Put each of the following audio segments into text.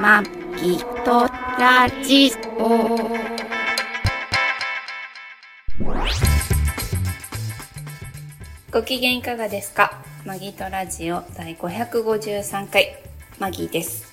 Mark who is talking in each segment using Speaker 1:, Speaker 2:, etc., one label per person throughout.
Speaker 1: まきとラジオ。ご機嫌いかがですかマギとラジオ第553回、マギです。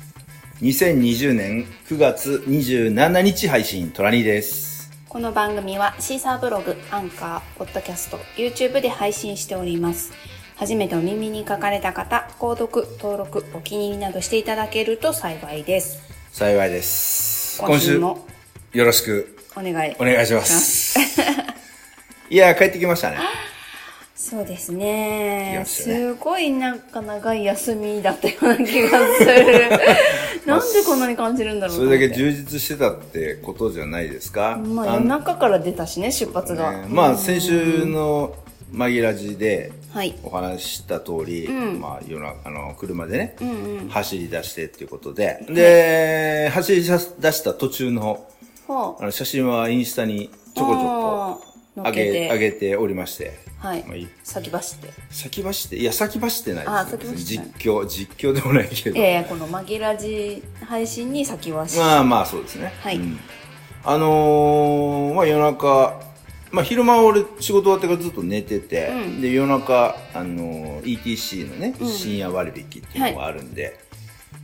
Speaker 2: 2020年9月27日配信、トラリーです。
Speaker 1: この番組はシーサーブログ、アンカー、ポッドキャスト、YouTube で配信しております。初めてお耳に書かれた方、購読、登録、お気に入りなどしていただけると幸いです。
Speaker 2: 幸いです。
Speaker 1: 今
Speaker 2: 今
Speaker 1: 週
Speaker 2: 週、
Speaker 1: も
Speaker 2: よろしく
Speaker 1: お願い。
Speaker 2: お願いします。 いやー、帰ってきましたね。
Speaker 1: そうですね
Speaker 2: いやそうね
Speaker 1: すごいなんか長い休みだったような気がする。 なんでこんなに感じるんだろう
Speaker 2: それだけ
Speaker 1: だ
Speaker 2: 充実してたってことじゃないですか。
Speaker 1: けまあ夜中から出たしね、出発
Speaker 2: あの
Speaker 1: が。
Speaker 2: ねまあ、先週の紛らじで
Speaker 1: はい。
Speaker 2: お話しした通り、まあ、夜なあの、車でね、走り出してっていうことで、で、走り出した途中の、
Speaker 1: ほう。
Speaker 2: あの写真はインスタにちょこちょ
Speaker 1: あー
Speaker 2: こ
Speaker 1: 載
Speaker 2: 上
Speaker 1: っけ
Speaker 2: げ
Speaker 1: て
Speaker 2: 上げておりまして、
Speaker 1: はい
Speaker 2: まあいい。
Speaker 1: 先走って。
Speaker 2: 先走って、いや、先走ってない
Speaker 1: あー
Speaker 2: です、
Speaker 1: 先
Speaker 2: ね。
Speaker 1: 走って
Speaker 2: 実況、実況でもないけど。
Speaker 1: ええこの紛らじ配信に先走って。
Speaker 2: まあまあ、そうですね。
Speaker 1: はい
Speaker 2: うんあのー、まあ夜中、まあ昼間は俺仕事終わってからずっと寝てて、
Speaker 1: うん
Speaker 2: で夜中、あのー ETC のね、深夜割引っていうのがあるんで、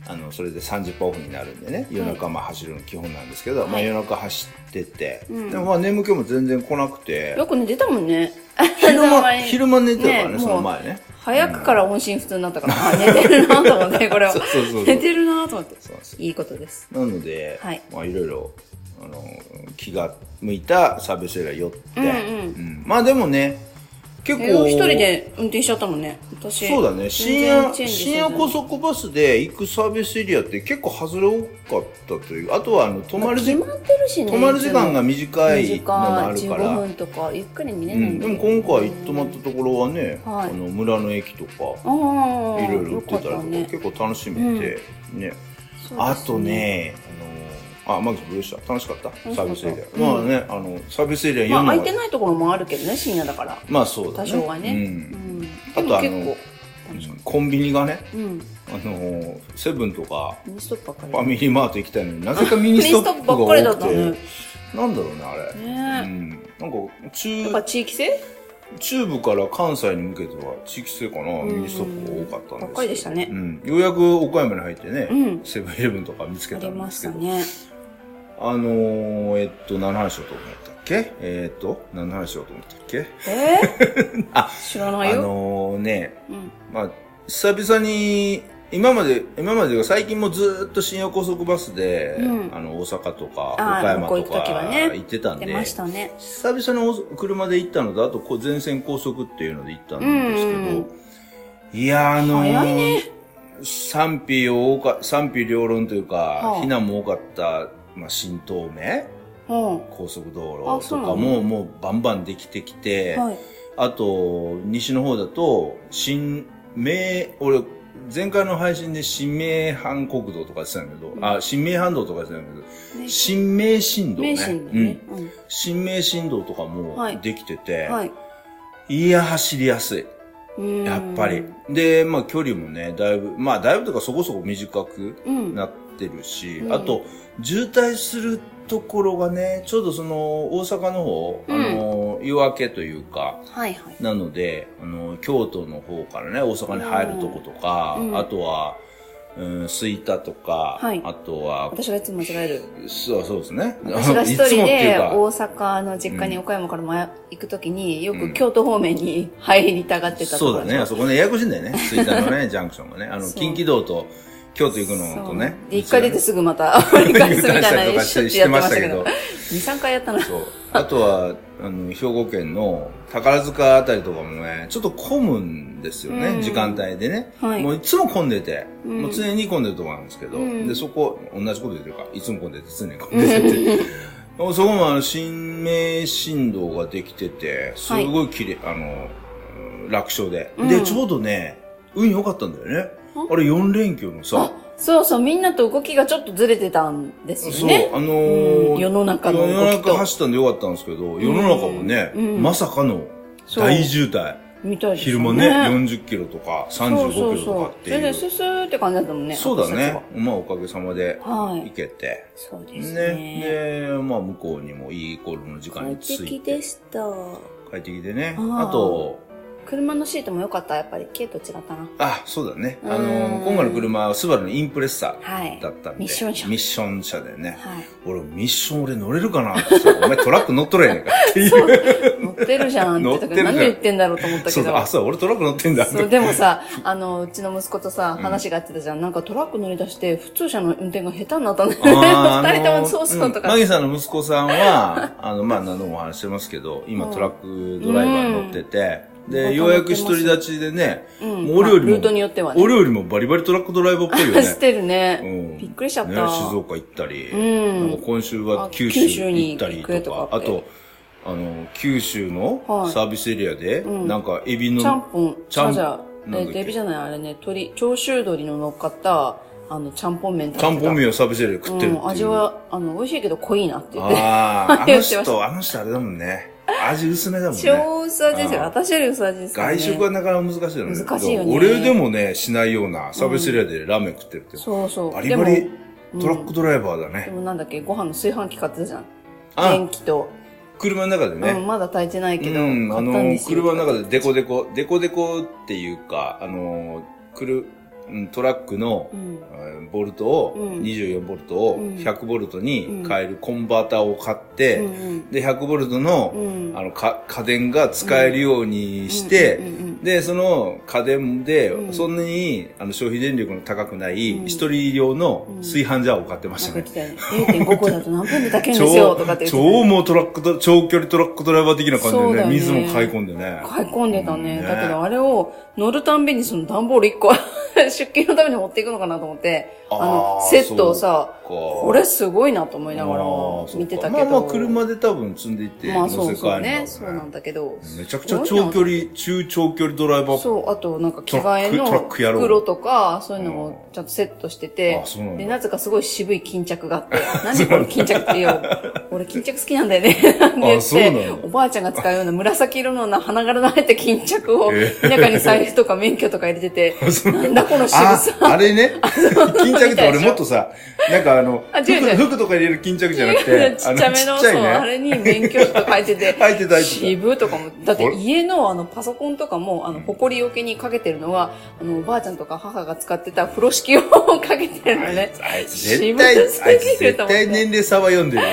Speaker 2: あの、それで30%オフになるんでね、夜中まあ走るの基本なんですけど、まあ
Speaker 1: はい
Speaker 2: 夜中走ってて、
Speaker 1: うん
Speaker 2: でもまあ眠気も全然来なくて、
Speaker 1: よく寝てたもんね。
Speaker 2: 昼
Speaker 1: あの
Speaker 2: 間、
Speaker 1: 前
Speaker 2: 昼間寝てたからね、
Speaker 1: ね
Speaker 2: その前ね。
Speaker 1: 早くから音信不通になったから、あ、寝てるなと思って、これは
Speaker 2: そうそうそうそう。
Speaker 1: 寝てるなと思って。
Speaker 2: そうなんですよ
Speaker 1: いいことです。
Speaker 2: なので、
Speaker 1: はい
Speaker 2: まあいろいろ、あの、気が向いたサービスエリア寄って、
Speaker 1: うんうん
Speaker 2: んまあでもね、結
Speaker 1: えー
Speaker 2: 構、
Speaker 1: 一人で運転しちゃったもんね、私。
Speaker 2: そうだね、深夜、深夜高
Speaker 1: そ
Speaker 2: 速バスで行くサービスエリアって結構外れ多かったという、あとはあの、泊まる時
Speaker 1: 決まってるしね
Speaker 2: 泊まる時間が
Speaker 1: いつも
Speaker 2: 短いのもあるか
Speaker 1: 短い15
Speaker 2: ら、
Speaker 1: 分とかゆっくり見れ
Speaker 2: う
Speaker 1: ない
Speaker 2: ん、
Speaker 1: んだ
Speaker 2: で
Speaker 1: よ
Speaker 2: も
Speaker 1: ね
Speaker 2: 今回泊まったところはね、
Speaker 1: はい
Speaker 2: あの村の駅とか、
Speaker 1: ああ
Speaker 2: いろいろ売ってたりと
Speaker 1: よ
Speaker 2: か、
Speaker 1: かったね
Speaker 2: 結構楽しめて、ね。あとね、あの、あ、マギさんどうでした楽しかった
Speaker 1: しかった
Speaker 2: サービスエリア。
Speaker 1: う
Speaker 2: まあね、あの、サービスエリア
Speaker 1: ま
Speaker 2: 読
Speaker 1: あ
Speaker 2: む
Speaker 1: 空
Speaker 2: の
Speaker 1: いて
Speaker 2: が、
Speaker 1: ないところもあるけどね深夜だから
Speaker 2: まあそうだね。
Speaker 1: 多少はね
Speaker 2: うん。
Speaker 1: うん
Speaker 2: あとあ
Speaker 1: でも
Speaker 2: の
Speaker 1: 結、
Speaker 2: コンビニがね、
Speaker 1: 構うん
Speaker 2: あの、セブンとか、
Speaker 1: ミニストップばっかり
Speaker 2: ファミリーマート行きたいのに、なぜかミニストップ
Speaker 1: ミニスト
Speaker 2: が多
Speaker 1: ップばっかりだ
Speaker 2: く
Speaker 1: った
Speaker 2: て、なんだろうね、あれ。う
Speaker 1: ね
Speaker 2: ん。なんか、
Speaker 1: やっぱ
Speaker 2: 中、
Speaker 1: 地域性
Speaker 2: 中部から関西に向けては、地域性かな、
Speaker 1: ん
Speaker 2: ミニストップが多かったんですけ
Speaker 1: ば
Speaker 2: ど
Speaker 1: っかりでしたね
Speaker 2: うん。ようやく岡山に入ってね
Speaker 1: うん、
Speaker 2: セブンイレブンとか見つけ
Speaker 1: あ
Speaker 2: た
Speaker 1: り
Speaker 2: ん
Speaker 1: ま
Speaker 2: です
Speaker 1: し
Speaker 2: け
Speaker 1: た
Speaker 2: ど、
Speaker 1: ね
Speaker 2: あのー、えっと、何の話をと思ったっけえーっと、何の話をと思ったっけ
Speaker 1: えー
Speaker 2: あ
Speaker 1: 知ら
Speaker 2: あ
Speaker 1: ないよ
Speaker 2: のー、ね、
Speaker 1: うん
Speaker 2: まあ、久々に、今まで、今までが最近もずーっと新横高速バスで、
Speaker 1: うん
Speaker 2: あの、大阪とか、
Speaker 1: あー
Speaker 2: 岡山と
Speaker 1: 向こう行く時は
Speaker 2: か
Speaker 1: ね
Speaker 2: 行ってたんで、
Speaker 1: 出ましたね
Speaker 2: 久々にお車で行ったのと、あとこう全線高速っていうので行ったんですけど、
Speaker 1: うん
Speaker 2: いやー、あのー、
Speaker 1: 早いね
Speaker 2: 賛否多か、賛否両論というか、
Speaker 1: はあ
Speaker 2: 非難も多かった、まあ、新東名
Speaker 1: うん
Speaker 2: 高速道
Speaker 1: あ
Speaker 2: 路
Speaker 1: そうな
Speaker 2: とか
Speaker 1: の
Speaker 2: も、もうバンバンできてきて、
Speaker 1: はい
Speaker 2: あと、西の方だと、新、名、俺、前回の配信で新名阪国道とか言ってたんだけど、あ、新名阪道とか言ってたんだけど、新名神道ね。
Speaker 1: 名神だね
Speaker 2: うん。
Speaker 1: うん
Speaker 2: 新名神道とかも
Speaker 1: はい
Speaker 2: できてて、、
Speaker 1: はいい
Speaker 2: や、走りやすい。
Speaker 1: うん
Speaker 2: やっぱり。で、まあ距離もね、だいぶ、まあだいぶとかそこそこ短く
Speaker 1: うん
Speaker 2: なってるし、
Speaker 1: うん
Speaker 2: あと、渋滞するところがね、ちょうどその、大阪の方、
Speaker 1: うん
Speaker 2: あの、夜明けというか、
Speaker 1: はいはい
Speaker 2: なので、あの、京都の方からね、大阪に入るとことか、
Speaker 1: うんうん
Speaker 2: あとは、うん、吹田とか、
Speaker 1: はい
Speaker 2: あとは、
Speaker 1: 私がいつも間違える
Speaker 2: そうそうですね。
Speaker 1: 私が一
Speaker 2: いつ
Speaker 1: 人
Speaker 2: もってい
Speaker 1: で
Speaker 2: うか
Speaker 1: 大阪の実家に岡山からま行くときによく京都方面に入りたがってたと
Speaker 2: そ
Speaker 1: こ
Speaker 2: う
Speaker 1: ろ
Speaker 2: だね、あそこね、ややこしいんだよね、吹田の ね、ジャンクションがね。あの、
Speaker 1: そう
Speaker 2: 近畿道と京都行くの
Speaker 1: そ
Speaker 2: と
Speaker 1: う
Speaker 2: ね。
Speaker 1: で、一回出てすぐまた 折り返すみたいな、しょっちゅうやってましたけど。二、三回やったな。
Speaker 2: そう。あとは、あの、兵庫県の宝塚あたりとかもね、ちょっと混むんですよね、
Speaker 1: うん
Speaker 2: 時間帯でね。
Speaker 1: はい
Speaker 2: もういつも混んでて、
Speaker 1: うん
Speaker 2: もう常に混んでるとこなんですけど、
Speaker 1: うん
Speaker 2: で、そこ、同じこと言ってるか、いつも混んでて、常に混んでて って。そこもあの、新名神道ができてて、すごい綺麗、あの、うん楽勝で、
Speaker 1: うん
Speaker 2: で、ちょうどね、運良かったんだよね。あれ4連休のさ、
Speaker 1: そうそう、みんなと動きがちょっとずれてたんです
Speaker 2: そ
Speaker 1: よ
Speaker 2: う、
Speaker 1: ね。
Speaker 2: あのー
Speaker 1: うん世の中の動きと
Speaker 2: 世の中走ったんでよかったんですけど、世の中もね、
Speaker 1: うん
Speaker 2: まさかの
Speaker 1: そう
Speaker 2: 大渋滞。
Speaker 1: みたいです
Speaker 2: 昼間ね、40キロとか35キロとかって
Speaker 1: 全
Speaker 2: い
Speaker 1: 然
Speaker 2: う。
Speaker 1: スースーって感じだったもんね。
Speaker 2: そうだね
Speaker 1: 私。
Speaker 2: まあおかげさまで
Speaker 1: たちは。は
Speaker 2: 行
Speaker 1: い。
Speaker 2: けて。
Speaker 1: そうですね。
Speaker 2: ね。で、まあ向こうにもいい頃の時間
Speaker 1: 快
Speaker 2: に着い
Speaker 1: 適
Speaker 2: て
Speaker 1: で。した。
Speaker 2: 快適でね。
Speaker 1: あ
Speaker 2: あ
Speaker 1: ー
Speaker 2: と、
Speaker 1: 車のシートも良かった。やっぱり、軽と違ったな。
Speaker 2: あ、そうだね。あ
Speaker 1: うん
Speaker 2: の、今回の車はスバルのインプレッサ
Speaker 1: はい。
Speaker 2: だったんで。
Speaker 1: ミッション車
Speaker 2: ミッション車だよね。
Speaker 1: はい。
Speaker 2: 俺、ミッション俺乗れるかなってさお前トラック乗っとれへんかって いう。
Speaker 1: 乗ってるじゃんって言ったけど、
Speaker 2: 乗ってるじゃん
Speaker 1: 何言ってんだろうと思った
Speaker 2: そ
Speaker 1: け
Speaker 2: うそう、
Speaker 1: ど
Speaker 2: あ、。そう、俺トラック乗ってんだって。
Speaker 1: そう、でも さ、あの、うちの息子とさ、
Speaker 2: うん
Speaker 1: 話が合ってたじゃん。なんかトラック乗り出して、普通車の運転が下手にな ったんだよ
Speaker 2: あー
Speaker 1: ね。二人
Speaker 2: あ
Speaker 1: と
Speaker 2: の
Speaker 1: もそうそうと
Speaker 2: んマ
Speaker 1: か。
Speaker 2: ギさんの息子さんは、 あの、まあ、何度もお話ししてますけど、今
Speaker 1: うん
Speaker 2: トラックドライバーに乗っ
Speaker 1: また
Speaker 2: てて、
Speaker 1: 乗ってま
Speaker 2: で、
Speaker 1: す
Speaker 2: ようやく独り立ちでね、
Speaker 1: うん
Speaker 2: もう俺よりも
Speaker 1: まあルートによってはね。
Speaker 2: 俺よりもバリバリトラックドライバーっぽいよ ね。
Speaker 1: してる
Speaker 2: う
Speaker 1: ね。
Speaker 2: ん
Speaker 1: びっくりしちゃった
Speaker 2: ね、静岡行ったり、
Speaker 1: うん
Speaker 2: なんか今週は
Speaker 1: あ
Speaker 2: 九
Speaker 1: 九
Speaker 2: 州
Speaker 1: 州に
Speaker 2: 行ったりと
Speaker 1: 行くと
Speaker 2: か、
Speaker 1: かっ
Speaker 2: あ
Speaker 1: て
Speaker 2: と、あの、九州の
Speaker 1: はい
Speaker 2: サービスエリアで、
Speaker 1: うん
Speaker 2: なんかエビ
Speaker 1: ちゃん
Speaker 2: の、
Speaker 1: ぽん、
Speaker 2: ちゃん
Speaker 1: じゃ
Speaker 2: なん
Speaker 1: じゃ、え
Speaker 2: だっけ
Speaker 1: っと、エビじゃない、あれね、鶏、長州鶏の乗っかった、あの、ちゃんぽん麺食べ
Speaker 2: ちゃんぽん
Speaker 1: ん
Speaker 2: 麺をサービスエリアで食ってるっていう。
Speaker 1: うん、味は、あの、美味しいけど濃いなって言って。
Speaker 2: ああ、あ
Speaker 1: 言
Speaker 2: の
Speaker 1: ってまし
Speaker 2: 人、あの人あれだもんね。味薄めだもんね。
Speaker 1: 超薄味ですよ。
Speaker 2: あー
Speaker 1: 私より薄味ですよね。
Speaker 2: 外食はなかなか難しいよね。
Speaker 1: 難しいよね
Speaker 2: 俺でもね、しないようなサービスエリアでラーメン食ってるって。
Speaker 1: そうそう。
Speaker 2: バリバリ
Speaker 1: でも
Speaker 2: トラックドライバーだ
Speaker 1: で
Speaker 2: ね。
Speaker 1: もなんだっけ、ご飯の炊飯器買ってたじゃん。
Speaker 2: あ
Speaker 1: 電、気と。
Speaker 2: 車の中で
Speaker 1: う
Speaker 2: ね。
Speaker 1: ん、まだ炊いてないけど。
Speaker 2: うん、あ
Speaker 1: 買ったん
Speaker 2: の
Speaker 1: で、すよ
Speaker 2: 車の中でデコデコ、デコデコっていうか、あの、くる、うんトラックの
Speaker 1: う、ん。
Speaker 2: うんボルトを、
Speaker 1: うん
Speaker 2: 24ボルトを
Speaker 1: うん
Speaker 2: 100ボルトに変えるコンバーターを買っ
Speaker 1: う
Speaker 2: て、
Speaker 1: ん
Speaker 2: で、100ボルトの
Speaker 1: う、ん。
Speaker 2: あの、か家電が使えるようにして、
Speaker 1: うんうんうん
Speaker 2: で、その家電で、
Speaker 1: うん
Speaker 2: そんなにあの消費電力の高くない、
Speaker 1: うん
Speaker 2: 一人用の炊飯ジャーを買ってまし
Speaker 1: なん
Speaker 2: た
Speaker 1: か
Speaker 2: ね。
Speaker 1: 来たよね。0.5個だ と何分で炊けるんですよ、とかって言って
Speaker 2: 超もうトラックド、長距離トラックドライバー的な感じで
Speaker 1: そう
Speaker 2: ね、
Speaker 1: だよね
Speaker 2: 水も買い込んでね。
Speaker 1: 買い込んでたね。
Speaker 2: うん
Speaker 1: だけどあれを乗るたんびにその段ボール1個 出勤のために持っていくのかなと思って、あの
Speaker 2: あ、ー
Speaker 1: セットをさ、こ
Speaker 2: こ
Speaker 1: れすごいなと思い
Speaker 2: れ
Speaker 1: ながら見てたけ
Speaker 2: ま
Speaker 1: ど。
Speaker 2: あまあ車で多分積んでいって、
Speaker 1: ま
Speaker 2: 乗
Speaker 1: あ
Speaker 2: せ
Speaker 1: そう
Speaker 2: 替
Speaker 1: そう
Speaker 2: える
Speaker 1: ね。
Speaker 2: んだろうね
Speaker 1: そうなんだけど。
Speaker 2: めちゃくちゃ長距離、中長距離ドライバー。
Speaker 1: そう、あとなんか着替え
Speaker 2: ト
Speaker 1: の
Speaker 2: ラックトラック野郎
Speaker 1: 袋とか、そういうのもちゃんとセットしてて
Speaker 2: あ、そうなんだ
Speaker 1: で、なぜかすごい渋い巾着があ って、何この巾着ってよ、俺巾着好きなんだよね。って言
Speaker 2: あ
Speaker 1: っ
Speaker 2: そうな
Speaker 1: て
Speaker 2: の、
Speaker 1: おばあちゃんが使うような紫色のな花柄の入った巾着を、
Speaker 2: え
Speaker 1: 中に財布とか免許とか入れてて、
Speaker 2: そう
Speaker 1: なんだこの渋
Speaker 2: あ
Speaker 1: さ。、
Speaker 2: あれね。巾着って俺もっとさ、なんかあの、
Speaker 1: あ違う
Speaker 2: 服
Speaker 1: 違う
Speaker 2: 服とか入れる巾着じゃなくて、
Speaker 1: ちっちゃめの、
Speaker 2: あ
Speaker 1: そう、あ
Speaker 2: ね。
Speaker 1: れに免許とか入ってて、
Speaker 2: 入ってた入って
Speaker 1: 渋いとかも、だっ
Speaker 2: こ
Speaker 1: て
Speaker 2: れ
Speaker 1: 家のあのパソコンとかも、あの、埃よけにかけてるのは、あの、おばあちゃんとか母が使ってた風 呂敷をかけてるの
Speaker 2: た。
Speaker 1: ね。
Speaker 2: あいつ絶対、
Speaker 1: 渋
Speaker 2: あい
Speaker 1: す
Speaker 2: つ
Speaker 1: ぎると思って
Speaker 2: 絶対年齢差は読んでるよ。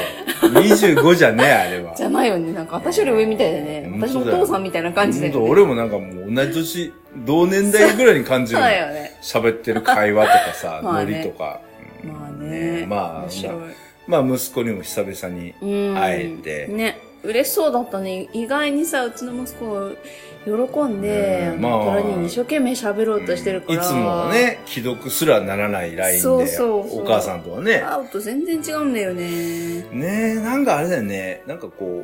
Speaker 2: 25じゃねえ、あれは。
Speaker 1: じゃないよね。なんか私より上みたいだね。
Speaker 2: 本当
Speaker 1: 私のお
Speaker 2: だよ
Speaker 1: 父さんみたいな感じで、ね。
Speaker 2: ほんと俺もなんかもう同じ年、同年代ぐらいに感じ
Speaker 1: そう
Speaker 2: るの。
Speaker 1: だよね。
Speaker 2: 喋ってる会話とかさ、
Speaker 1: まあ
Speaker 2: ノ
Speaker 1: ね
Speaker 2: リとか。
Speaker 1: まあね。
Speaker 2: まあ
Speaker 1: 面白い。
Speaker 2: まあ息子にも久々に
Speaker 1: うん。
Speaker 2: 会えて
Speaker 1: ね。嬉しそうだったね。意外にさ、うちの息子が喜んで、
Speaker 2: うん
Speaker 1: ま
Speaker 2: まあ
Speaker 1: あの、トラニーに一生懸命喋ろうとしてるから。
Speaker 2: いつもは。ね、既読すらならないラインで、
Speaker 1: そうそうそう
Speaker 2: お母さんとはね。
Speaker 1: 会うと全然違うんだよね。
Speaker 2: ねえ、なんかあれだよね。なんかこう、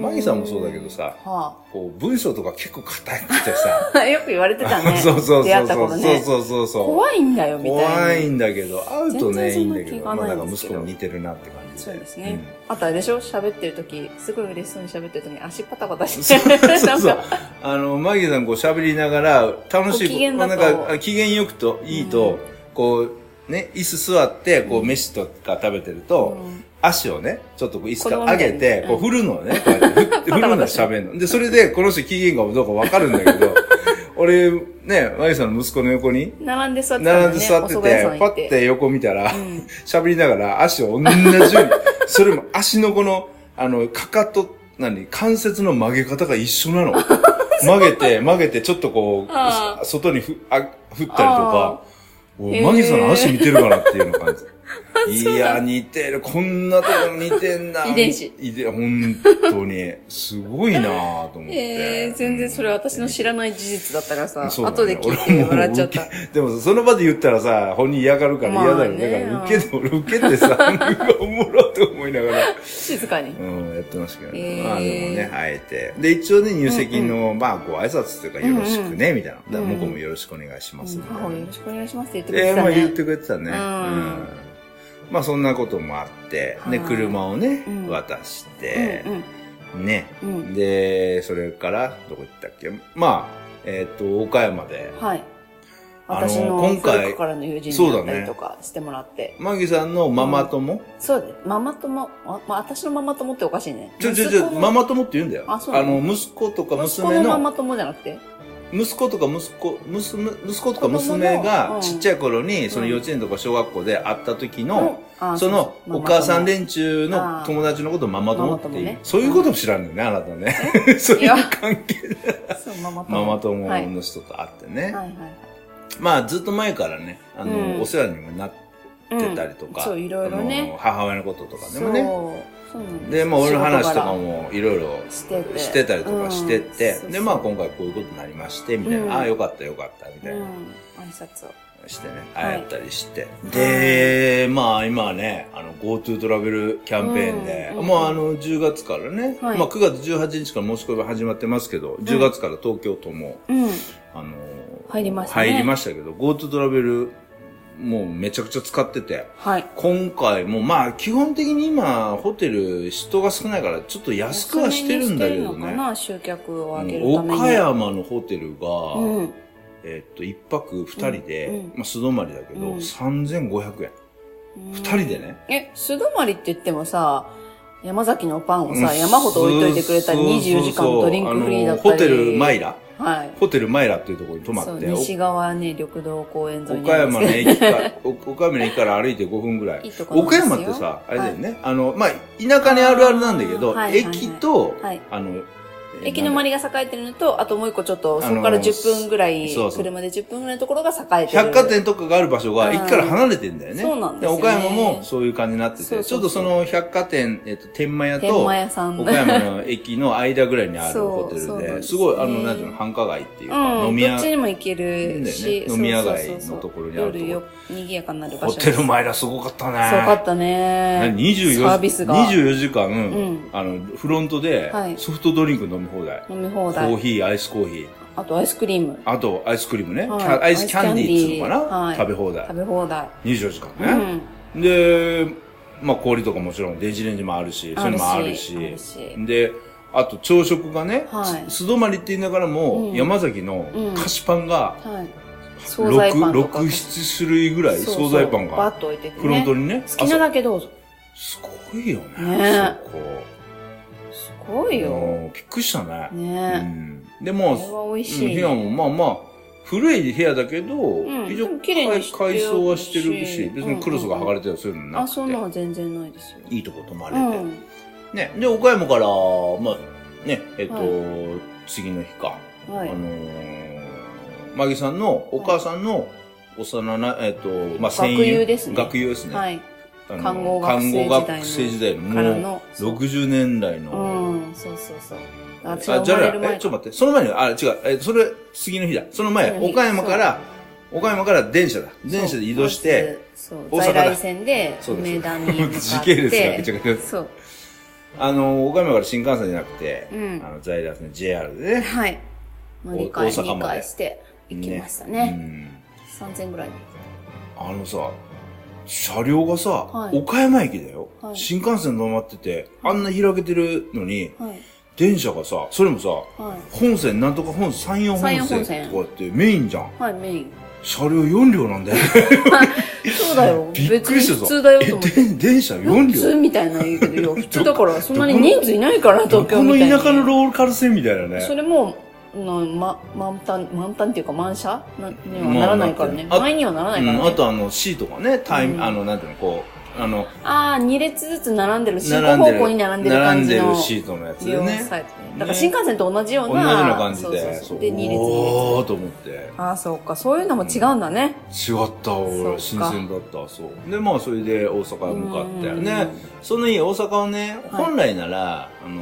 Speaker 2: マ
Speaker 1: マ
Speaker 2: ギさんもそうだけどさ
Speaker 1: は
Speaker 2: こう文章とか結構硬く てさ。
Speaker 1: あ、よく言われてたね。
Speaker 2: そうそうそう
Speaker 1: 出
Speaker 2: そ
Speaker 1: 会
Speaker 2: う
Speaker 1: った
Speaker 2: そ
Speaker 1: 頃
Speaker 2: う。
Speaker 1: ね。
Speaker 2: そうそうそう。
Speaker 1: 怖いんだよ、みたいな。
Speaker 2: 怖いんだけど、会うと
Speaker 1: 全
Speaker 2: ね、い
Speaker 1: 然
Speaker 2: い
Speaker 1: そん
Speaker 2: ん
Speaker 1: な
Speaker 2: だけ
Speaker 1: 気
Speaker 2: ど、
Speaker 1: が
Speaker 2: ま
Speaker 1: な
Speaker 2: あ
Speaker 1: い
Speaker 2: なん
Speaker 1: ん
Speaker 2: か
Speaker 1: ですけ
Speaker 2: 息
Speaker 1: ど
Speaker 2: 子も似てるなって感じで。
Speaker 1: そうですね。あとあれでしょ喋ってる時、すごい嬉しそうに喋ってる時に足パタパタ
Speaker 2: うん。
Speaker 1: し
Speaker 2: そ
Speaker 1: て。
Speaker 2: うそうそ
Speaker 1: な
Speaker 2: うん
Speaker 1: か。
Speaker 2: あの、マギさんこう喋りながら、楽しい
Speaker 1: ご機嫌だと
Speaker 2: まあなんか、あ機嫌よくと、いいと、こう、ね、椅子座って、こう、飯とか食べてると、
Speaker 1: うん
Speaker 2: 足をね、ちょっとこう椅子から上げ
Speaker 1: 子供みたい
Speaker 2: て
Speaker 1: に、
Speaker 2: こう振るのをね、こう やって振振るのは喋るの。で、それで、この人機嫌がどうかわかるんだ けど、俺、ね、マギさんの息子の横に、
Speaker 1: 並んで座ってたんだよ
Speaker 2: 並ん
Speaker 1: ね。
Speaker 2: で座って
Speaker 1: お蕎麦屋さん
Speaker 2: て、パ
Speaker 1: 行
Speaker 2: ッ。て横見たら
Speaker 1: う、ん。
Speaker 2: 喋りながら足を同じように、それも足のこの、 あの、かかと、何関節の曲げ方が一緒 なの。曲げて、曲げて、ちょっとこ
Speaker 1: あ
Speaker 2: う、外にふあ振ったりとか、お
Speaker 1: へ
Speaker 2: い
Speaker 1: ー
Speaker 2: マギさんの足見てるかなっていうの感じ。いや、似てる。こんなとこ似てんな。
Speaker 1: 遺伝子
Speaker 2: 遺伝。本当に。すごいなぁと思って。
Speaker 1: えー、全然それ私の知らない事実だったからさ、
Speaker 2: そうだね
Speaker 1: 後で聞いて笑っちゃった。
Speaker 2: でもその場で言ったらさ、本人嫌がるから嫌だよ。
Speaker 1: まあね
Speaker 2: だから受けて、俺受けてさ、なんかおもろと思いながら、
Speaker 1: 静かに
Speaker 2: う。ん、やってましたけど、
Speaker 1: へ
Speaker 2: ね
Speaker 1: ー
Speaker 2: まあでもね、会えて。で、一応ね、入籍の、まあご挨拶というか、よろしくね、みたいな。だから向こうもよろしくお願いします
Speaker 1: うん
Speaker 2: みたい
Speaker 1: 母
Speaker 2: な。
Speaker 1: をよろしくお願いしますって言ってく
Speaker 2: え
Speaker 1: れ
Speaker 2: えまあ言っててくれてたね。
Speaker 1: う
Speaker 2: うんん。まあそんなこともあって、
Speaker 1: は
Speaker 2: で、
Speaker 1: い
Speaker 2: 車をね
Speaker 1: うん、
Speaker 2: 渡して
Speaker 1: た、ね。うんうん。
Speaker 2: ね。
Speaker 1: うん。
Speaker 2: で、それから、どこ行ったっけまあ、えっ、と、岡山で、
Speaker 1: はい。
Speaker 2: あの
Speaker 1: 私の
Speaker 2: 今回
Speaker 1: 古くからの友人
Speaker 2: そう
Speaker 1: だ
Speaker 2: だ
Speaker 1: っ
Speaker 2: ね
Speaker 1: たりとかしてもらって。
Speaker 2: マギさんのママ友、
Speaker 1: そうです。ママ友、あまあ、私のママ友っておかしいね。
Speaker 2: ちょちょち
Speaker 1: 息
Speaker 2: ょ、
Speaker 1: 子の
Speaker 2: ママ友って言うんだよ。
Speaker 1: あそうなの
Speaker 2: の、息子とか
Speaker 1: 息子の
Speaker 2: 娘
Speaker 1: マ
Speaker 2: の、
Speaker 1: マ友じゃなくて。
Speaker 2: 息子とか息子、娘、息子とか
Speaker 1: 子
Speaker 2: 娘
Speaker 1: 供のう
Speaker 2: が
Speaker 1: ん
Speaker 2: ちっちゃい頃に、その幼稚園とか小学校で会った時の、
Speaker 1: あ
Speaker 2: その
Speaker 1: うそう
Speaker 2: お母さん
Speaker 1: ママ
Speaker 2: 連中
Speaker 1: あー
Speaker 2: の友達のことをママ友って
Speaker 1: ママ友
Speaker 2: いう
Speaker 1: ね。
Speaker 2: そういうことも知らんのよね、あなたね。 そう
Speaker 1: い
Speaker 2: いう
Speaker 1: や
Speaker 2: 関係で。
Speaker 1: 友そう、ママ友。
Speaker 2: ママ友
Speaker 1: はい。はい
Speaker 2: の人と会ってね。
Speaker 1: はい
Speaker 2: まあずっと前からね、あ
Speaker 1: うん
Speaker 2: の、お世話にもなってたりと
Speaker 1: うん
Speaker 2: か。
Speaker 1: そういろいろね
Speaker 2: あの母親のこととかで
Speaker 1: そう
Speaker 2: もね。
Speaker 1: そうなんです
Speaker 2: で、まあ俺の話
Speaker 1: 仕
Speaker 2: とか
Speaker 1: 事
Speaker 2: もいろいろ
Speaker 1: 柄してて。
Speaker 2: してたりとかしてて
Speaker 1: う、ん
Speaker 2: で、まあ今回こういうことになりまして、みたい
Speaker 1: うん
Speaker 2: な。ああ、よかったよかった、みたいな。
Speaker 1: うん、挨拶を。
Speaker 2: してね、
Speaker 1: はい
Speaker 2: 会えたりして。で、まあ今はね、あの、GoTo トラベルキャンペーンで、
Speaker 1: うんうん
Speaker 2: もうあの、10月からね、
Speaker 1: はい
Speaker 2: まあ9月18日から申し込み始まってますけど、10月から東京都も、
Speaker 1: うん。
Speaker 2: あの、
Speaker 1: 入りましたね
Speaker 2: 入りましたけど、GoTo トラベル、もうめちゃくちゃ使ってて、
Speaker 1: はい。
Speaker 2: 今回もまあ基本的に今、ホテル人が少ないから、ちょっと安くはしてるんだけど
Speaker 1: 安めにして
Speaker 2: ね
Speaker 1: んの。かな集客を上げるために。
Speaker 2: 岡山のホテルが、
Speaker 1: うん。
Speaker 2: えっと、一泊二人で、
Speaker 1: うん
Speaker 2: まあ、素泊まりだけど、
Speaker 1: うん
Speaker 2: 3500円。
Speaker 1: 二
Speaker 2: 二人でね。
Speaker 1: え、素泊まりって言ってもさ、山崎のパンをさ、山ほど置いといてくれたり、
Speaker 2: そう
Speaker 1: 24時間ドリンクフリーだっ
Speaker 2: そう
Speaker 1: た
Speaker 2: そう
Speaker 1: り。
Speaker 2: そうあのホテルマイラ
Speaker 1: はい。
Speaker 2: ホテルマイラっていうところに泊ま
Speaker 1: そう、
Speaker 2: って、
Speaker 1: 西側ね、緑道公園沿い
Speaker 2: お
Speaker 1: に
Speaker 2: 岡
Speaker 1: あるん
Speaker 2: 山
Speaker 1: で
Speaker 2: の
Speaker 1: すけ
Speaker 2: 駅から、お 岡山の駅から歩いて5分ぐら
Speaker 1: ど。い
Speaker 2: い。
Speaker 1: いとこなん
Speaker 2: 岡
Speaker 1: ですよ
Speaker 2: 山ってさ、あれだよね。あの、まあ、田舎にあるあるなんだけど、
Speaker 1: あーはいはいはい
Speaker 2: 駅と、
Speaker 1: はい
Speaker 2: あの、
Speaker 1: 駅の
Speaker 2: り
Speaker 1: 周りが栄えてるのと、あともう一個ちょっと、
Speaker 2: あの
Speaker 1: そこから10分ぐらい、
Speaker 2: そうそう
Speaker 1: 車で10分ぐらいのところが栄えてる。
Speaker 2: 百貨店とかがある場所
Speaker 1: う
Speaker 2: が
Speaker 1: ん
Speaker 2: 駅から離れてんだよね。
Speaker 1: そうなんですよね
Speaker 2: 岡山もそういう感じになってて、
Speaker 1: そうそうそう
Speaker 2: ちょっとその百貨店、えっと、天満屋と、
Speaker 1: 天満屋さん
Speaker 2: 岡山の駅の間ぐらいにある
Speaker 1: そう
Speaker 2: ホテ
Speaker 1: そ
Speaker 2: ル
Speaker 1: うなんですね
Speaker 2: で、すごい、あの、なんていうの、繁華街っていうか、
Speaker 1: うん、
Speaker 2: 飲み
Speaker 1: ど
Speaker 2: 屋
Speaker 1: っち、にも行けるし、
Speaker 2: いいんだよね飲み屋街
Speaker 1: そうそうそう
Speaker 2: のところにあるとこ
Speaker 1: 夜よ、�賑やかになる場
Speaker 2: ホ
Speaker 1: 所
Speaker 2: テル前
Speaker 1: だ。
Speaker 2: だ、すごかったね。
Speaker 1: そうかったね。
Speaker 2: 24
Speaker 1: サービスが
Speaker 2: 24時間、
Speaker 1: ん
Speaker 2: あの、フロントで
Speaker 1: はい、
Speaker 2: ソフトドリンク飲み放題。
Speaker 1: 飲み放
Speaker 2: コー
Speaker 1: 題。
Speaker 2: ヒー、アイスコーヒー。
Speaker 1: あとアイスクリーム。
Speaker 2: あと、アイスクリームね。
Speaker 1: はい
Speaker 2: キャアイスキャンディーっていうのかな、
Speaker 1: はい
Speaker 2: 食べ放題
Speaker 1: 食。べ放題。
Speaker 2: 24時
Speaker 1: う
Speaker 2: 間ね、
Speaker 1: ん。
Speaker 2: で、まあ氷とかもちろん、電子レンジもあるし、それもあるし。
Speaker 1: あるし。
Speaker 2: で、あと朝食がね、
Speaker 1: はい
Speaker 2: す素泊まりって言いながらも、
Speaker 1: うん
Speaker 2: 山崎の
Speaker 1: うん
Speaker 2: 菓子パンが、
Speaker 1: はい。惣菜パンとか。
Speaker 2: 6、7種類ぐらい
Speaker 1: そう
Speaker 2: 惣菜パン
Speaker 1: バ
Speaker 2: が
Speaker 1: ッと置いてて、ね。
Speaker 2: フロントにね。
Speaker 1: 好きなだけどうぞ。
Speaker 2: 朝すごいよね。
Speaker 1: ね
Speaker 2: そこ。
Speaker 1: すごいよ。
Speaker 2: うんびっくりしたね。う
Speaker 1: ね
Speaker 2: ん、で
Speaker 1: え。
Speaker 2: も
Speaker 1: これは美味
Speaker 2: う
Speaker 1: し
Speaker 2: ん部
Speaker 1: い。
Speaker 2: 屋もまあまあ、古い部屋だけど、
Speaker 1: ん
Speaker 2: 非
Speaker 1: で
Speaker 2: 常
Speaker 1: も
Speaker 2: に
Speaker 1: 綺麗にして
Speaker 2: 改装はして
Speaker 1: ある
Speaker 2: る
Speaker 1: し
Speaker 2: し、別にクロスが剥がれたりはそういうのな
Speaker 1: あ、
Speaker 2: くて、
Speaker 1: そんなのは全然ないですよ。
Speaker 2: いいとこ泊まれ
Speaker 1: う
Speaker 2: て。
Speaker 1: ん。
Speaker 2: ね、で、岡山から、まあ、ね、えっと、
Speaker 1: は
Speaker 2: 次の日か、
Speaker 1: はい
Speaker 2: あのー、マギさんのお母さんの幼な、えっと、まあ、
Speaker 1: 学友
Speaker 2: 戦友
Speaker 1: ですね
Speaker 2: 学友ですね。
Speaker 1: はい。
Speaker 2: あの
Speaker 1: 看護学生時代の
Speaker 2: 看護学生時代の、
Speaker 1: から
Speaker 2: もう、
Speaker 1: の。
Speaker 2: 60年代の、
Speaker 1: うん、そうそうそう。あ、
Speaker 2: あ、じゃあ、え、ちょっと
Speaker 1: っ
Speaker 2: 待って、その前に、あ、違う、え、それ、次の日だ。その前、
Speaker 1: 次の日
Speaker 2: 岡山から、岡山から電車だ。電車で移動して、、
Speaker 1: そう、
Speaker 2: 大阪
Speaker 1: 在
Speaker 2: だ
Speaker 1: 来線で、
Speaker 2: そうです
Speaker 1: 梅田に向かって。
Speaker 2: 時系列がめちゃくちゃです
Speaker 1: そう。
Speaker 2: あの、岡山から新幹線じゃなくて、
Speaker 1: うん
Speaker 2: あの、在来線 JR で ね、
Speaker 1: はい。乗り換え、
Speaker 2: 大阪まで
Speaker 1: 2回して行きましたね。
Speaker 2: うん
Speaker 1: 3000ぐらい。
Speaker 2: あのさ、車両がさ、
Speaker 1: はい
Speaker 2: 岡山駅だよ、
Speaker 1: はい
Speaker 2: 新幹線止まってて、あんな開けてるのに、
Speaker 1: はい。
Speaker 2: 電車がさ、それもさ、
Speaker 1: は
Speaker 2: 本線、なんとか本線、山陽
Speaker 1: 山陽
Speaker 2: 本
Speaker 1: 本
Speaker 2: 線
Speaker 1: 線
Speaker 2: とかってメインじゃん。
Speaker 1: い。はい、メイン。
Speaker 2: 車両4両なんだよ。
Speaker 1: そうだよ。
Speaker 2: びっくりした
Speaker 1: 別に
Speaker 2: ぞ。
Speaker 1: 普通だよと思って
Speaker 2: え、。で電車
Speaker 1: 普
Speaker 2: 4
Speaker 1: 通
Speaker 2: 両
Speaker 1: みたいな言うけど、いや普通だから、そんなに人数いないから、東京
Speaker 2: こ
Speaker 1: みた
Speaker 2: の
Speaker 1: いに。
Speaker 2: 田舎のローカル線みたいな
Speaker 1: そ
Speaker 2: ね。
Speaker 1: れも、のま、満タン、満タンっていうか満車なにはならないからね。
Speaker 2: まあなってるあ
Speaker 1: 前にはならな
Speaker 2: う
Speaker 1: いからね。
Speaker 2: ん、あとあの、シートがね、タイム、
Speaker 1: うん
Speaker 2: あの、なんていうの、こう、あの、
Speaker 1: ああ、2列ずつ並んでる、進行
Speaker 2: 並んで
Speaker 1: 方向
Speaker 2: る、
Speaker 1: に並んでる感じの。
Speaker 2: 並んでるシートのやつでね。
Speaker 1: だから新幹線と同じよう
Speaker 2: 同
Speaker 1: な。
Speaker 2: じような感じで。
Speaker 1: そうそうそうで、2列2列。
Speaker 2: おーと思って。
Speaker 1: ああ、そうか。そういうのも違うんだね。
Speaker 2: 違った俺
Speaker 1: そ
Speaker 2: 新
Speaker 1: うか
Speaker 2: 鮮だったそうでまあそれで大阪へ向かって
Speaker 1: うん
Speaker 2: ねその日大阪をね、
Speaker 1: はい
Speaker 2: 本来ならあの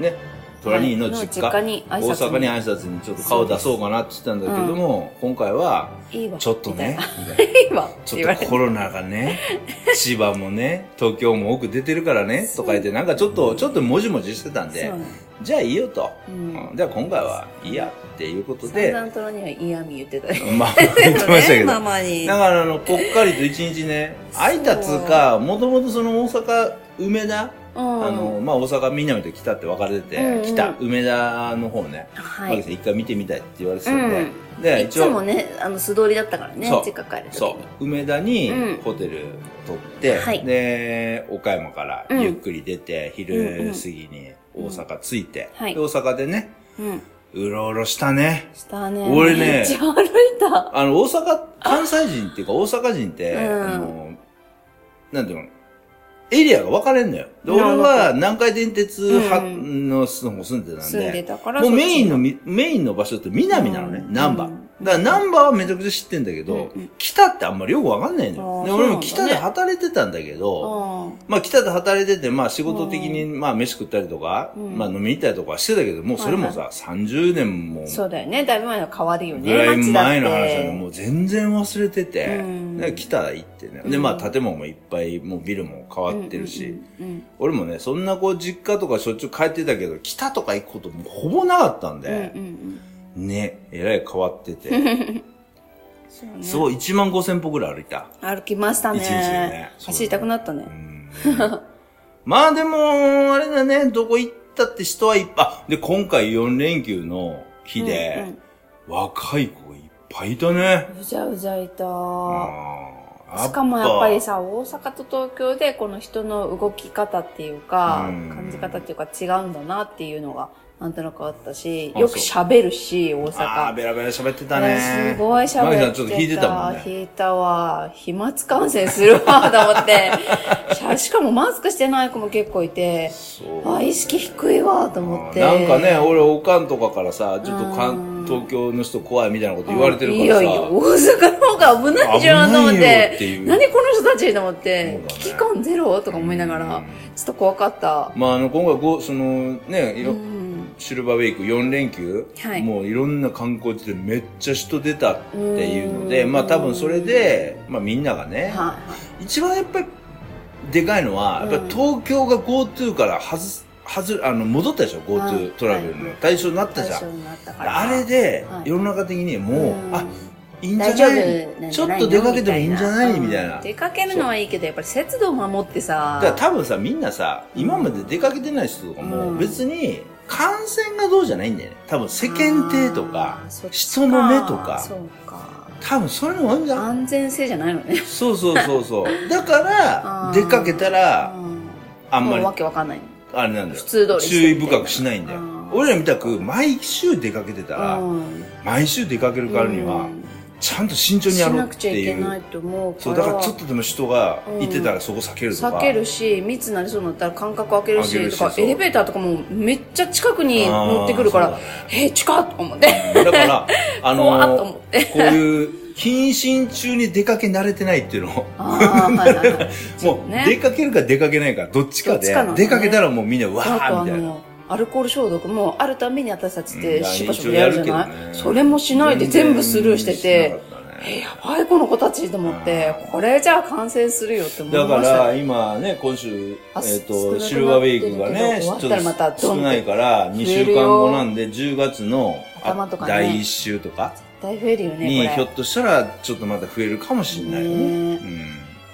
Speaker 2: ねトラニーの実
Speaker 1: は
Speaker 2: 家,、
Speaker 1: いの実家
Speaker 2: 大
Speaker 1: に挨拶に
Speaker 2: 阪に挨拶にちょっと顔出そうかなって言ってたんだけども、今回はい
Speaker 1: いわ。
Speaker 2: ちょっとねみたいない
Speaker 1: いわ。って
Speaker 2: ち
Speaker 1: 言
Speaker 2: ょ
Speaker 1: わ
Speaker 2: っ
Speaker 1: れて
Speaker 2: とコロナがね千葉もね東京も多く出てるからねとか言ってなんかちょっとちょっともじもじしてたんで
Speaker 1: そうね
Speaker 2: じゃあいいよと、
Speaker 1: うん
Speaker 2: じゃあ今回はいいやっていうこと
Speaker 1: 散
Speaker 2: で
Speaker 1: 々トラには嫌味言ってたよ。
Speaker 2: まあ言ってました けど
Speaker 1: ママに。
Speaker 2: だからあの、ぽっかりと一日ね、空いたつうか、もともとその大阪、梅田
Speaker 1: うん
Speaker 2: あの、まあ、大阪南で来たって分かれてて、
Speaker 1: うんうん
Speaker 2: 来た、梅田の方ね、
Speaker 1: は
Speaker 2: マ
Speaker 1: い
Speaker 2: ギさん一回見てみたいって言われてたんで、で、
Speaker 1: いつもねあの素通りだったからね
Speaker 2: そう
Speaker 1: 実家帰る時
Speaker 2: そ
Speaker 1: に
Speaker 2: う、梅田に
Speaker 1: うん
Speaker 2: ホテル取って、
Speaker 1: はい
Speaker 2: で、岡山から
Speaker 1: うん
Speaker 2: ゆっくり出て、
Speaker 1: うんう
Speaker 2: 昼
Speaker 1: ん
Speaker 2: 過ぎに大阪着いて、
Speaker 1: はい
Speaker 2: で大阪でね、
Speaker 1: うん
Speaker 2: うろうろしたね。
Speaker 1: したね
Speaker 2: 俺ね
Speaker 1: めっちゃ歩いた
Speaker 2: あの、大阪、関西人っていうか大阪人って、
Speaker 1: うん
Speaker 2: あの、なんていうの、エリアが分かれんのよ。で、
Speaker 1: なる
Speaker 2: 俺
Speaker 1: ほど
Speaker 2: は南海電鉄派
Speaker 1: うん
Speaker 2: の住んでたん
Speaker 1: 住んで
Speaker 2: で、
Speaker 1: たから
Speaker 2: もうメイン
Speaker 1: の
Speaker 2: のみ、メインの場所って南なのね、
Speaker 1: うん
Speaker 2: 南
Speaker 1: う
Speaker 2: 波
Speaker 1: ん。
Speaker 2: だから南波はめちゃくちゃ知ってんだけど
Speaker 1: うんうん、
Speaker 2: 北ってあんまりよく分かんないの
Speaker 1: あー
Speaker 2: よ。で、俺
Speaker 1: そうなんだ
Speaker 2: も
Speaker 1: ね
Speaker 2: 北で働いてたんだけど、まあ北で働いてて、まあ仕事的に、まあ飯食ったりとか、
Speaker 1: うん
Speaker 2: まあ飲みに行ったりとかはしてたけど、もうそれもさ、30年も
Speaker 1: そうだよねだいぶ前の川でよね
Speaker 2: ぐらい前の
Speaker 1: 街だ
Speaker 2: 話な
Speaker 1: って
Speaker 2: んで、もう全然忘れてて
Speaker 1: うん、
Speaker 2: で来たら行ってね。
Speaker 1: う
Speaker 2: で、
Speaker 1: ん
Speaker 2: まあ建物もいっぱい、もうビルも変わってる
Speaker 1: う
Speaker 2: し、
Speaker 1: んうんうん
Speaker 2: 俺もね、そんなこう実家とかしょっちゅう帰ってたけど、北とか行くこともほぼなかったん
Speaker 1: うんうん
Speaker 2: で、
Speaker 1: うんうん
Speaker 2: ね、えらい変わっ てて、
Speaker 1: そうね
Speaker 2: そう、1万5千歩ぐらい歩い た。
Speaker 1: 歩きましたね
Speaker 2: 一日でね
Speaker 1: 走りたくなった
Speaker 2: う
Speaker 1: ね
Speaker 2: んまあでも、あれだね、どこ行ったって人はいっぱい、で、今回4連休の日で、若い子がいっぱいいたね
Speaker 1: う。んうんうじゃうじゃいた
Speaker 2: あー
Speaker 1: しかもやっぱりさ、大阪と東京でこの人の動き方っていうか、
Speaker 2: うん
Speaker 1: 感じ方っていうか違うんだなっていうのがなんとなくあったし、
Speaker 2: あ
Speaker 1: よく喋るし、大
Speaker 2: ああ、
Speaker 1: 阪。
Speaker 2: ベラベラ喋ってたね。
Speaker 1: すごい喋
Speaker 2: マ
Speaker 1: って
Speaker 2: ギ
Speaker 1: た。
Speaker 2: さんちょっと引いてたもんね。
Speaker 1: 引いたわ。飛沫感染するわ、と思って しゃ。しかもマスクしてない子も結構いて、
Speaker 2: そう
Speaker 1: あ、意識低いわ、と思って。
Speaker 2: なんかね、俺、おかんとかからさ、ちょっとか
Speaker 1: うん
Speaker 2: ん東京の人怖いみたいなこと言われてるからさ。
Speaker 1: いやいや、大阪の方が危ないじゃんと思っ
Speaker 2: 危ないよって
Speaker 1: て
Speaker 2: い。う
Speaker 1: 何この人たちと思って、
Speaker 2: そうだね
Speaker 1: 危機感ゼロとか思いなが
Speaker 2: う
Speaker 1: ら
Speaker 2: ん、
Speaker 1: ちょっと怖かった。
Speaker 2: まあ、あの、今回ご、その、ね、いうろ
Speaker 1: ん。
Speaker 2: シルバーウェイク4連休、
Speaker 1: はい
Speaker 2: もういろんな観光地でめっちゃ人出たっていうので、
Speaker 1: うん
Speaker 2: まあ多分それで、まあみんながね、
Speaker 1: は
Speaker 2: 一番やっぱりでかいのは、
Speaker 1: うん
Speaker 2: やっぱり東京が GoTo から外す、外あの、戻ったでしょ
Speaker 1: う
Speaker 2: ?GoTo
Speaker 1: ん
Speaker 2: トラベル
Speaker 1: は
Speaker 2: の
Speaker 1: い
Speaker 2: 対象になっ
Speaker 1: い。
Speaker 2: たじゃん。
Speaker 1: になったから。
Speaker 2: あれで
Speaker 1: は、い
Speaker 2: 世の中的にもう、
Speaker 1: うん
Speaker 2: あ、いいんじゃない
Speaker 1: なん
Speaker 2: ち
Speaker 1: じ
Speaker 2: ょ
Speaker 1: ゃ
Speaker 2: っ
Speaker 1: ない
Speaker 2: と出かけてもいいんじゃないみたい
Speaker 1: うん
Speaker 2: な。
Speaker 1: 出かけるのはいいけど、やっぱり節度を守って
Speaker 2: だから
Speaker 1: さ。
Speaker 2: 多分さ、みんなさ、今まで出かけてない人とか
Speaker 1: う
Speaker 2: も
Speaker 1: ん
Speaker 2: 別に感染がどうじゃないんだよね。多分世間体とか
Speaker 1: あーそっ、ち
Speaker 2: 人の目とか、
Speaker 1: そうか。
Speaker 2: 多分そういうのがあるんじゃん。
Speaker 1: 安全性じゃないのね。
Speaker 2: そうそうそ うそう。だから
Speaker 1: あ、ー
Speaker 2: 出かけたら、
Speaker 1: うん
Speaker 2: あん
Speaker 1: も
Speaker 2: ま
Speaker 1: う
Speaker 2: り
Speaker 1: わ、けわかんない。
Speaker 2: あれなんだよ。
Speaker 1: 普通通りして
Speaker 2: 注意深くしないんだよ
Speaker 1: あー。
Speaker 2: 俺らみたく、毎週出かけてたら、
Speaker 1: うん
Speaker 2: 毎週出かけるからには
Speaker 1: う、ん
Speaker 2: ちゃんと慎重にや
Speaker 1: し
Speaker 2: ろう
Speaker 1: な
Speaker 2: っ
Speaker 1: くち
Speaker 2: て
Speaker 1: ゃい
Speaker 2: い
Speaker 1: け
Speaker 2: う。
Speaker 1: ないと思うから
Speaker 2: そう、だからちょっとでも人がいてたらそこ避けるとか。
Speaker 1: 避けるし密になりそうになったら間隔空けるし
Speaker 2: 開けるし
Speaker 1: とか
Speaker 2: そう
Speaker 1: エレベーターとかもめっちゃ近くに乗ってくるか
Speaker 2: あー
Speaker 1: ら
Speaker 2: そう
Speaker 1: えー近っと思って
Speaker 2: だ から、あの
Speaker 1: 怖っと思って
Speaker 2: こういう、謹慎中に出かけ慣れてないって いうのを、
Speaker 1: ああはいはいはい
Speaker 2: もう、出かけるか出かけないか、どっちか
Speaker 1: どっち
Speaker 2: で
Speaker 1: かなの、ね
Speaker 2: 出かけたらもうみんな、わ
Speaker 1: あと
Speaker 2: ー
Speaker 1: あ
Speaker 2: みたいな。
Speaker 1: のアルコール消毒もあるために私たちっ
Speaker 2: う
Speaker 1: て
Speaker 2: ん
Speaker 1: しばしばやるじゃない、
Speaker 2: 一応やるけどね
Speaker 1: それもしないで全部スルーしてて、
Speaker 2: 全然しなかった
Speaker 1: えー
Speaker 2: ね
Speaker 1: やばいこの子たちと思って
Speaker 2: あー
Speaker 1: これじゃあ感染するよって思い
Speaker 2: だ
Speaker 1: ま
Speaker 2: か
Speaker 1: した
Speaker 2: ら、今ね、今週、え
Speaker 1: あ
Speaker 2: っ、
Speaker 1: 少なくなってるけ
Speaker 2: と、
Speaker 1: ど
Speaker 2: シルバーウェイクがね、
Speaker 1: 終わっ
Speaker 2: ち
Speaker 1: た
Speaker 2: ょ
Speaker 1: ら
Speaker 2: っ
Speaker 1: またド
Speaker 2: と
Speaker 1: ン
Speaker 2: 少
Speaker 1: って
Speaker 2: ないから、2週間後なんで、10月の、あ
Speaker 1: 頭とかね
Speaker 2: 第1週とか
Speaker 1: 大増えるよ
Speaker 2: に、
Speaker 1: ね
Speaker 2: ひ
Speaker 1: こ
Speaker 2: ょ
Speaker 1: れ
Speaker 2: っとしたら、ちょっとまた増えるかもしれないよね。
Speaker 1: ね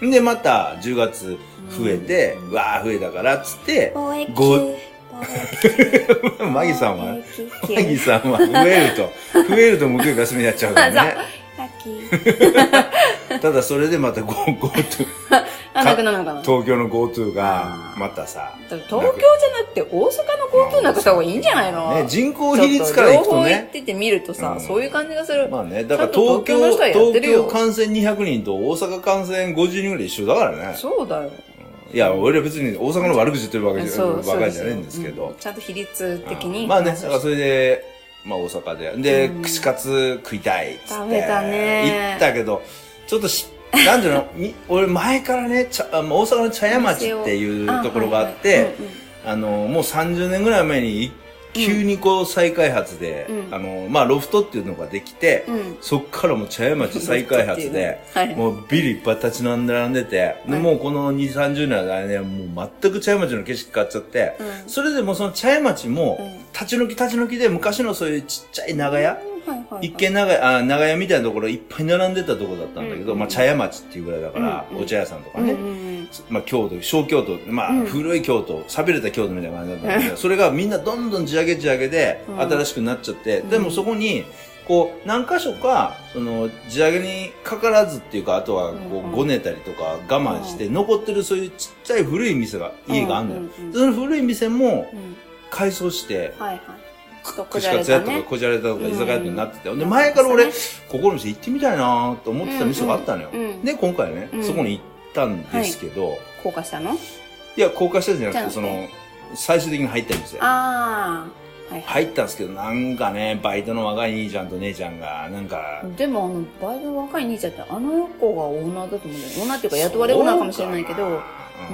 Speaker 2: うん。で、また10月増えて、
Speaker 1: うん
Speaker 2: うわー増えたから、つって、
Speaker 1: 貿易
Speaker 2: ご
Speaker 1: 貿易
Speaker 2: マギさんは
Speaker 1: 貿、易
Speaker 2: マギさんは増えると、増えると木曜日休みになっちゃうからね。
Speaker 1: ラッキー
Speaker 2: ただそれでまた Go- GoTo、
Speaker 1: あ、なくなるのかな
Speaker 2: 東京の GoTo
Speaker 1: あ
Speaker 2: が
Speaker 1: ー、
Speaker 2: またさ、
Speaker 1: 東京じゃなくて大阪の GoTo なくした方がいいんじゃないの、
Speaker 2: ね、人口比率からいく
Speaker 1: ちょっ両
Speaker 2: と
Speaker 1: 方行っ
Speaker 2: ね、
Speaker 1: ててみるとさ、
Speaker 2: うん
Speaker 1: そういう感じがする。
Speaker 2: まあね、だから
Speaker 1: ちゃんと
Speaker 2: 東
Speaker 1: 東京の
Speaker 2: 京、
Speaker 1: 人はやって
Speaker 2: 東
Speaker 1: るよ
Speaker 2: 京感染200人と大阪感染50人ぐらい一緒だからね。
Speaker 1: そうだよ。
Speaker 2: いや、俺は別に大阪の悪口言ってるわけじゃ、
Speaker 1: そう、
Speaker 2: ば
Speaker 1: そう
Speaker 2: かり
Speaker 1: す
Speaker 2: じゃ
Speaker 1: よ
Speaker 2: ないんですけど
Speaker 1: う。ちゃんと比率的に。
Speaker 2: まあね、だ
Speaker 1: そ
Speaker 2: からそれで、まあ大阪で。
Speaker 1: う
Speaker 2: で
Speaker 1: ん、
Speaker 2: 串カツ食いたいっつって。
Speaker 1: 食べたね
Speaker 2: 行ったけど、ちょっとし、なんてい うの、み俺前からね、ちゃあの大阪の茶屋町っていうところがあっ
Speaker 1: あはいはい
Speaker 2: て
Speaker 1: う、んうん
Speaker 2: あの、もう30年ぐらい前に、急にこう再開発で
Speaker 1: う、ん
Speaker 2: あの、まあロフトっていうのができて、
Speaker 1: うん
Speaker 2: そっからもう茶屋町再開 発で、
Speaker 1: はい
Speaker 2: もうビルいっぱい立ち並んで並んでて、で
Speaker 1: はい
Speaker 2: もうこの2、30年はね、もう全く茶屋町の景色変わっちゃって、
Speaker 1: うん
Speaker 2: それでもうその茶屋町も
Speaker 1: うん、
Speaker 2: 立ち退き立ち退きで昔のそういうちっちゃい長屋、
Speaker 1: はいはいはい
Speaker 2: 一見長屋、あ長屋みたいなところいっぱい並んでたところだったんだけど、
Speaker 1: うん
Speaker 2: まあ茶屋町っていうぐらいだから、
Speaker 1: うんうん
Speaker 2: お茶屋さんとか
Speaker 1: うんう
Speaker 2: ね、
Speaker 1: ん
Speaker 2: まあ京都、小京都、まあ
Speaker 1: うん
Speaker 2: 古い京都、寂れた京都みたいな感じだったんだけど、それがみんなどんどん地上げ地上げで
Speaker 1: うん
Speaker 2: 新しくなっちゃって、
Speaker 1: うん
Speaker 2: でもそこに、こう、何箇所か、その、地上げにかからずっていうか、あとはこ
Speaker 1: うんうん
Speaker 2: う、ごねたりとか我慢して、残ってるそういうちっちゃい古い店が、
Speaker 1: うん
Speaker 2: 家があるのよ。
Speaker 1: うんうんうん
Speaker 2: でその古い店も
Speaker 1: うん
Speaker 2: 改装して、
Speaker 1: はいはいちょっとこじ
Speaker 2: 串
Speaker 1: ゃ
Speaker 2: カ
Speaker 1: れ
Speaker 2: ツ屋
Speaker 1: た
Speaker 2: とか
Speaker 1: ね
Speaker 2: こじゃれたとか
Speaker 1: うん
Speaker 2: 居酒屋ってなってて、で前から俺
Speaker 1: そう
Speaker 2: こ
Speaker 1: ね
Speaker 2: この店行ってみたいなと思ってた店があったのよ、
Speaker 1: うんうんうん
Speaker 2: で今回ね、
Speaker 1: うん
Speaker 2: そこに行ったんですけど、い、
Speaker 1: 後悔したの
Speaker 2: や高架下じゃなくて
Speaker 1: じゃ
Speaker 2: そ
Speaker 1: なく
Speaker 2: の最終的に入ったんですよ
Speaker 1: ああはいは
Speaker 2: 入ったんですけどなんかねバイトの若い兄ちゃんと姉ちゃんがなんか、
Speaker 1: いでもあのバイトの若い兄ちゃんってあの子がオーナーだと思うんだよオーナーっていうか雇われオーナーかもしれないけどう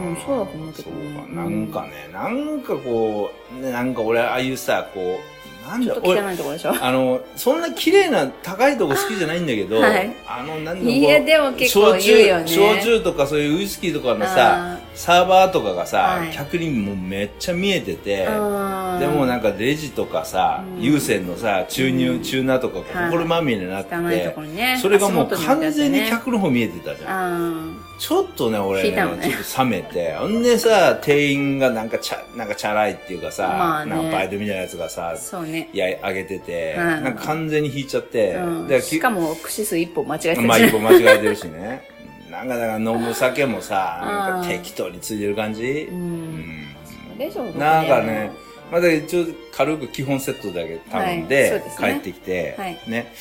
Speaker 1: んそうだと思うけどね
Speaker 2: そうかなんかねなんかこうねなんか俺ああいうさこうなん
Speaker 1: ちょ
Speaker 2: だ
Speaker 1: っと
Speaker 2: 俺
Speaker 1: 汚いとこでしょ
Speaker 2: あの、そんな綺麗な高いとこ好きじゃないんだけど、
Speaker 1: はい
Speaker 2: あの、なんだろう
Speaker 1: いやでも結構
Speaker 2: 焼
Speaker 1: 言うよね
Speaker 2: 酎、焼酎とかそういうウイスキーとかのさ、サーバーとかがさ、
Speaker 1: はい
Speaker 2: 客にもうめっちゃ見えてて、
Speaker 1: で
Speaker 2: でもなんかレジとかさ、
Speaker 1: うん
Speaker 2: 有線のさ、注入、
Speaker 1: うん
Speaker 2: チューナーとか
Speaker 1: は
Speaker 2: が
Speaker 1: い
Speaker 2: 心まみれになってて、
Speaker 1: 汚いところにね
Speaker 2: それがもう
Speaker 1: 足元
Speaker 2: 完全に
Speaker 1: 見て
Speaker 2: 客の方見えてたじゃん。
Speaker 1: あ
Speaker 2: ちょっとね、俺
Speaker 1: 引い
Speaker 2: ね、
Speaker 1: たのね
Speaker 2: ちょっと冷めて。ほんでさ、店員がなんかちゃ、なんかチャラいっていうかさ、
Speaker 1: まあね
Speaker 2: なんかバイトみたいなやつがさ
Speaker 1: あ、そうね
Speaker 2: いや、あげてて、
Speaker 1: うん
Speaker 2: なんか完全に引いちゃって、
Speaker 1: うん
Speaker 2: で
Speaker 1: しかも串数一本間違えて
Speaker 2: ま
Speaker 1: た
Speaker 2: あ
Speaker 1: じゃ
Speaker 2: 一
Speaker 1: ん
Speaker 2: 歩間違えてるしね。なんかだから飲む酒もさ、
Speaker 1: うん
Speaker 2: なんか適当についてる感じ。
Speaker 1: う
Speaker 2: うんん
Speaker 1: それ以上どうだよ
Speaker 2: なんかね、まあだ一応軽く基本セットだけ頼ん
Speaker 1: はいそう
Speaker 2: で
Speaker 1: で、す
Speaker 2: 帰
Speaker 1: ね
Speaker 2: ってきて、
Speaker 1: はい
Speaker 2: ね、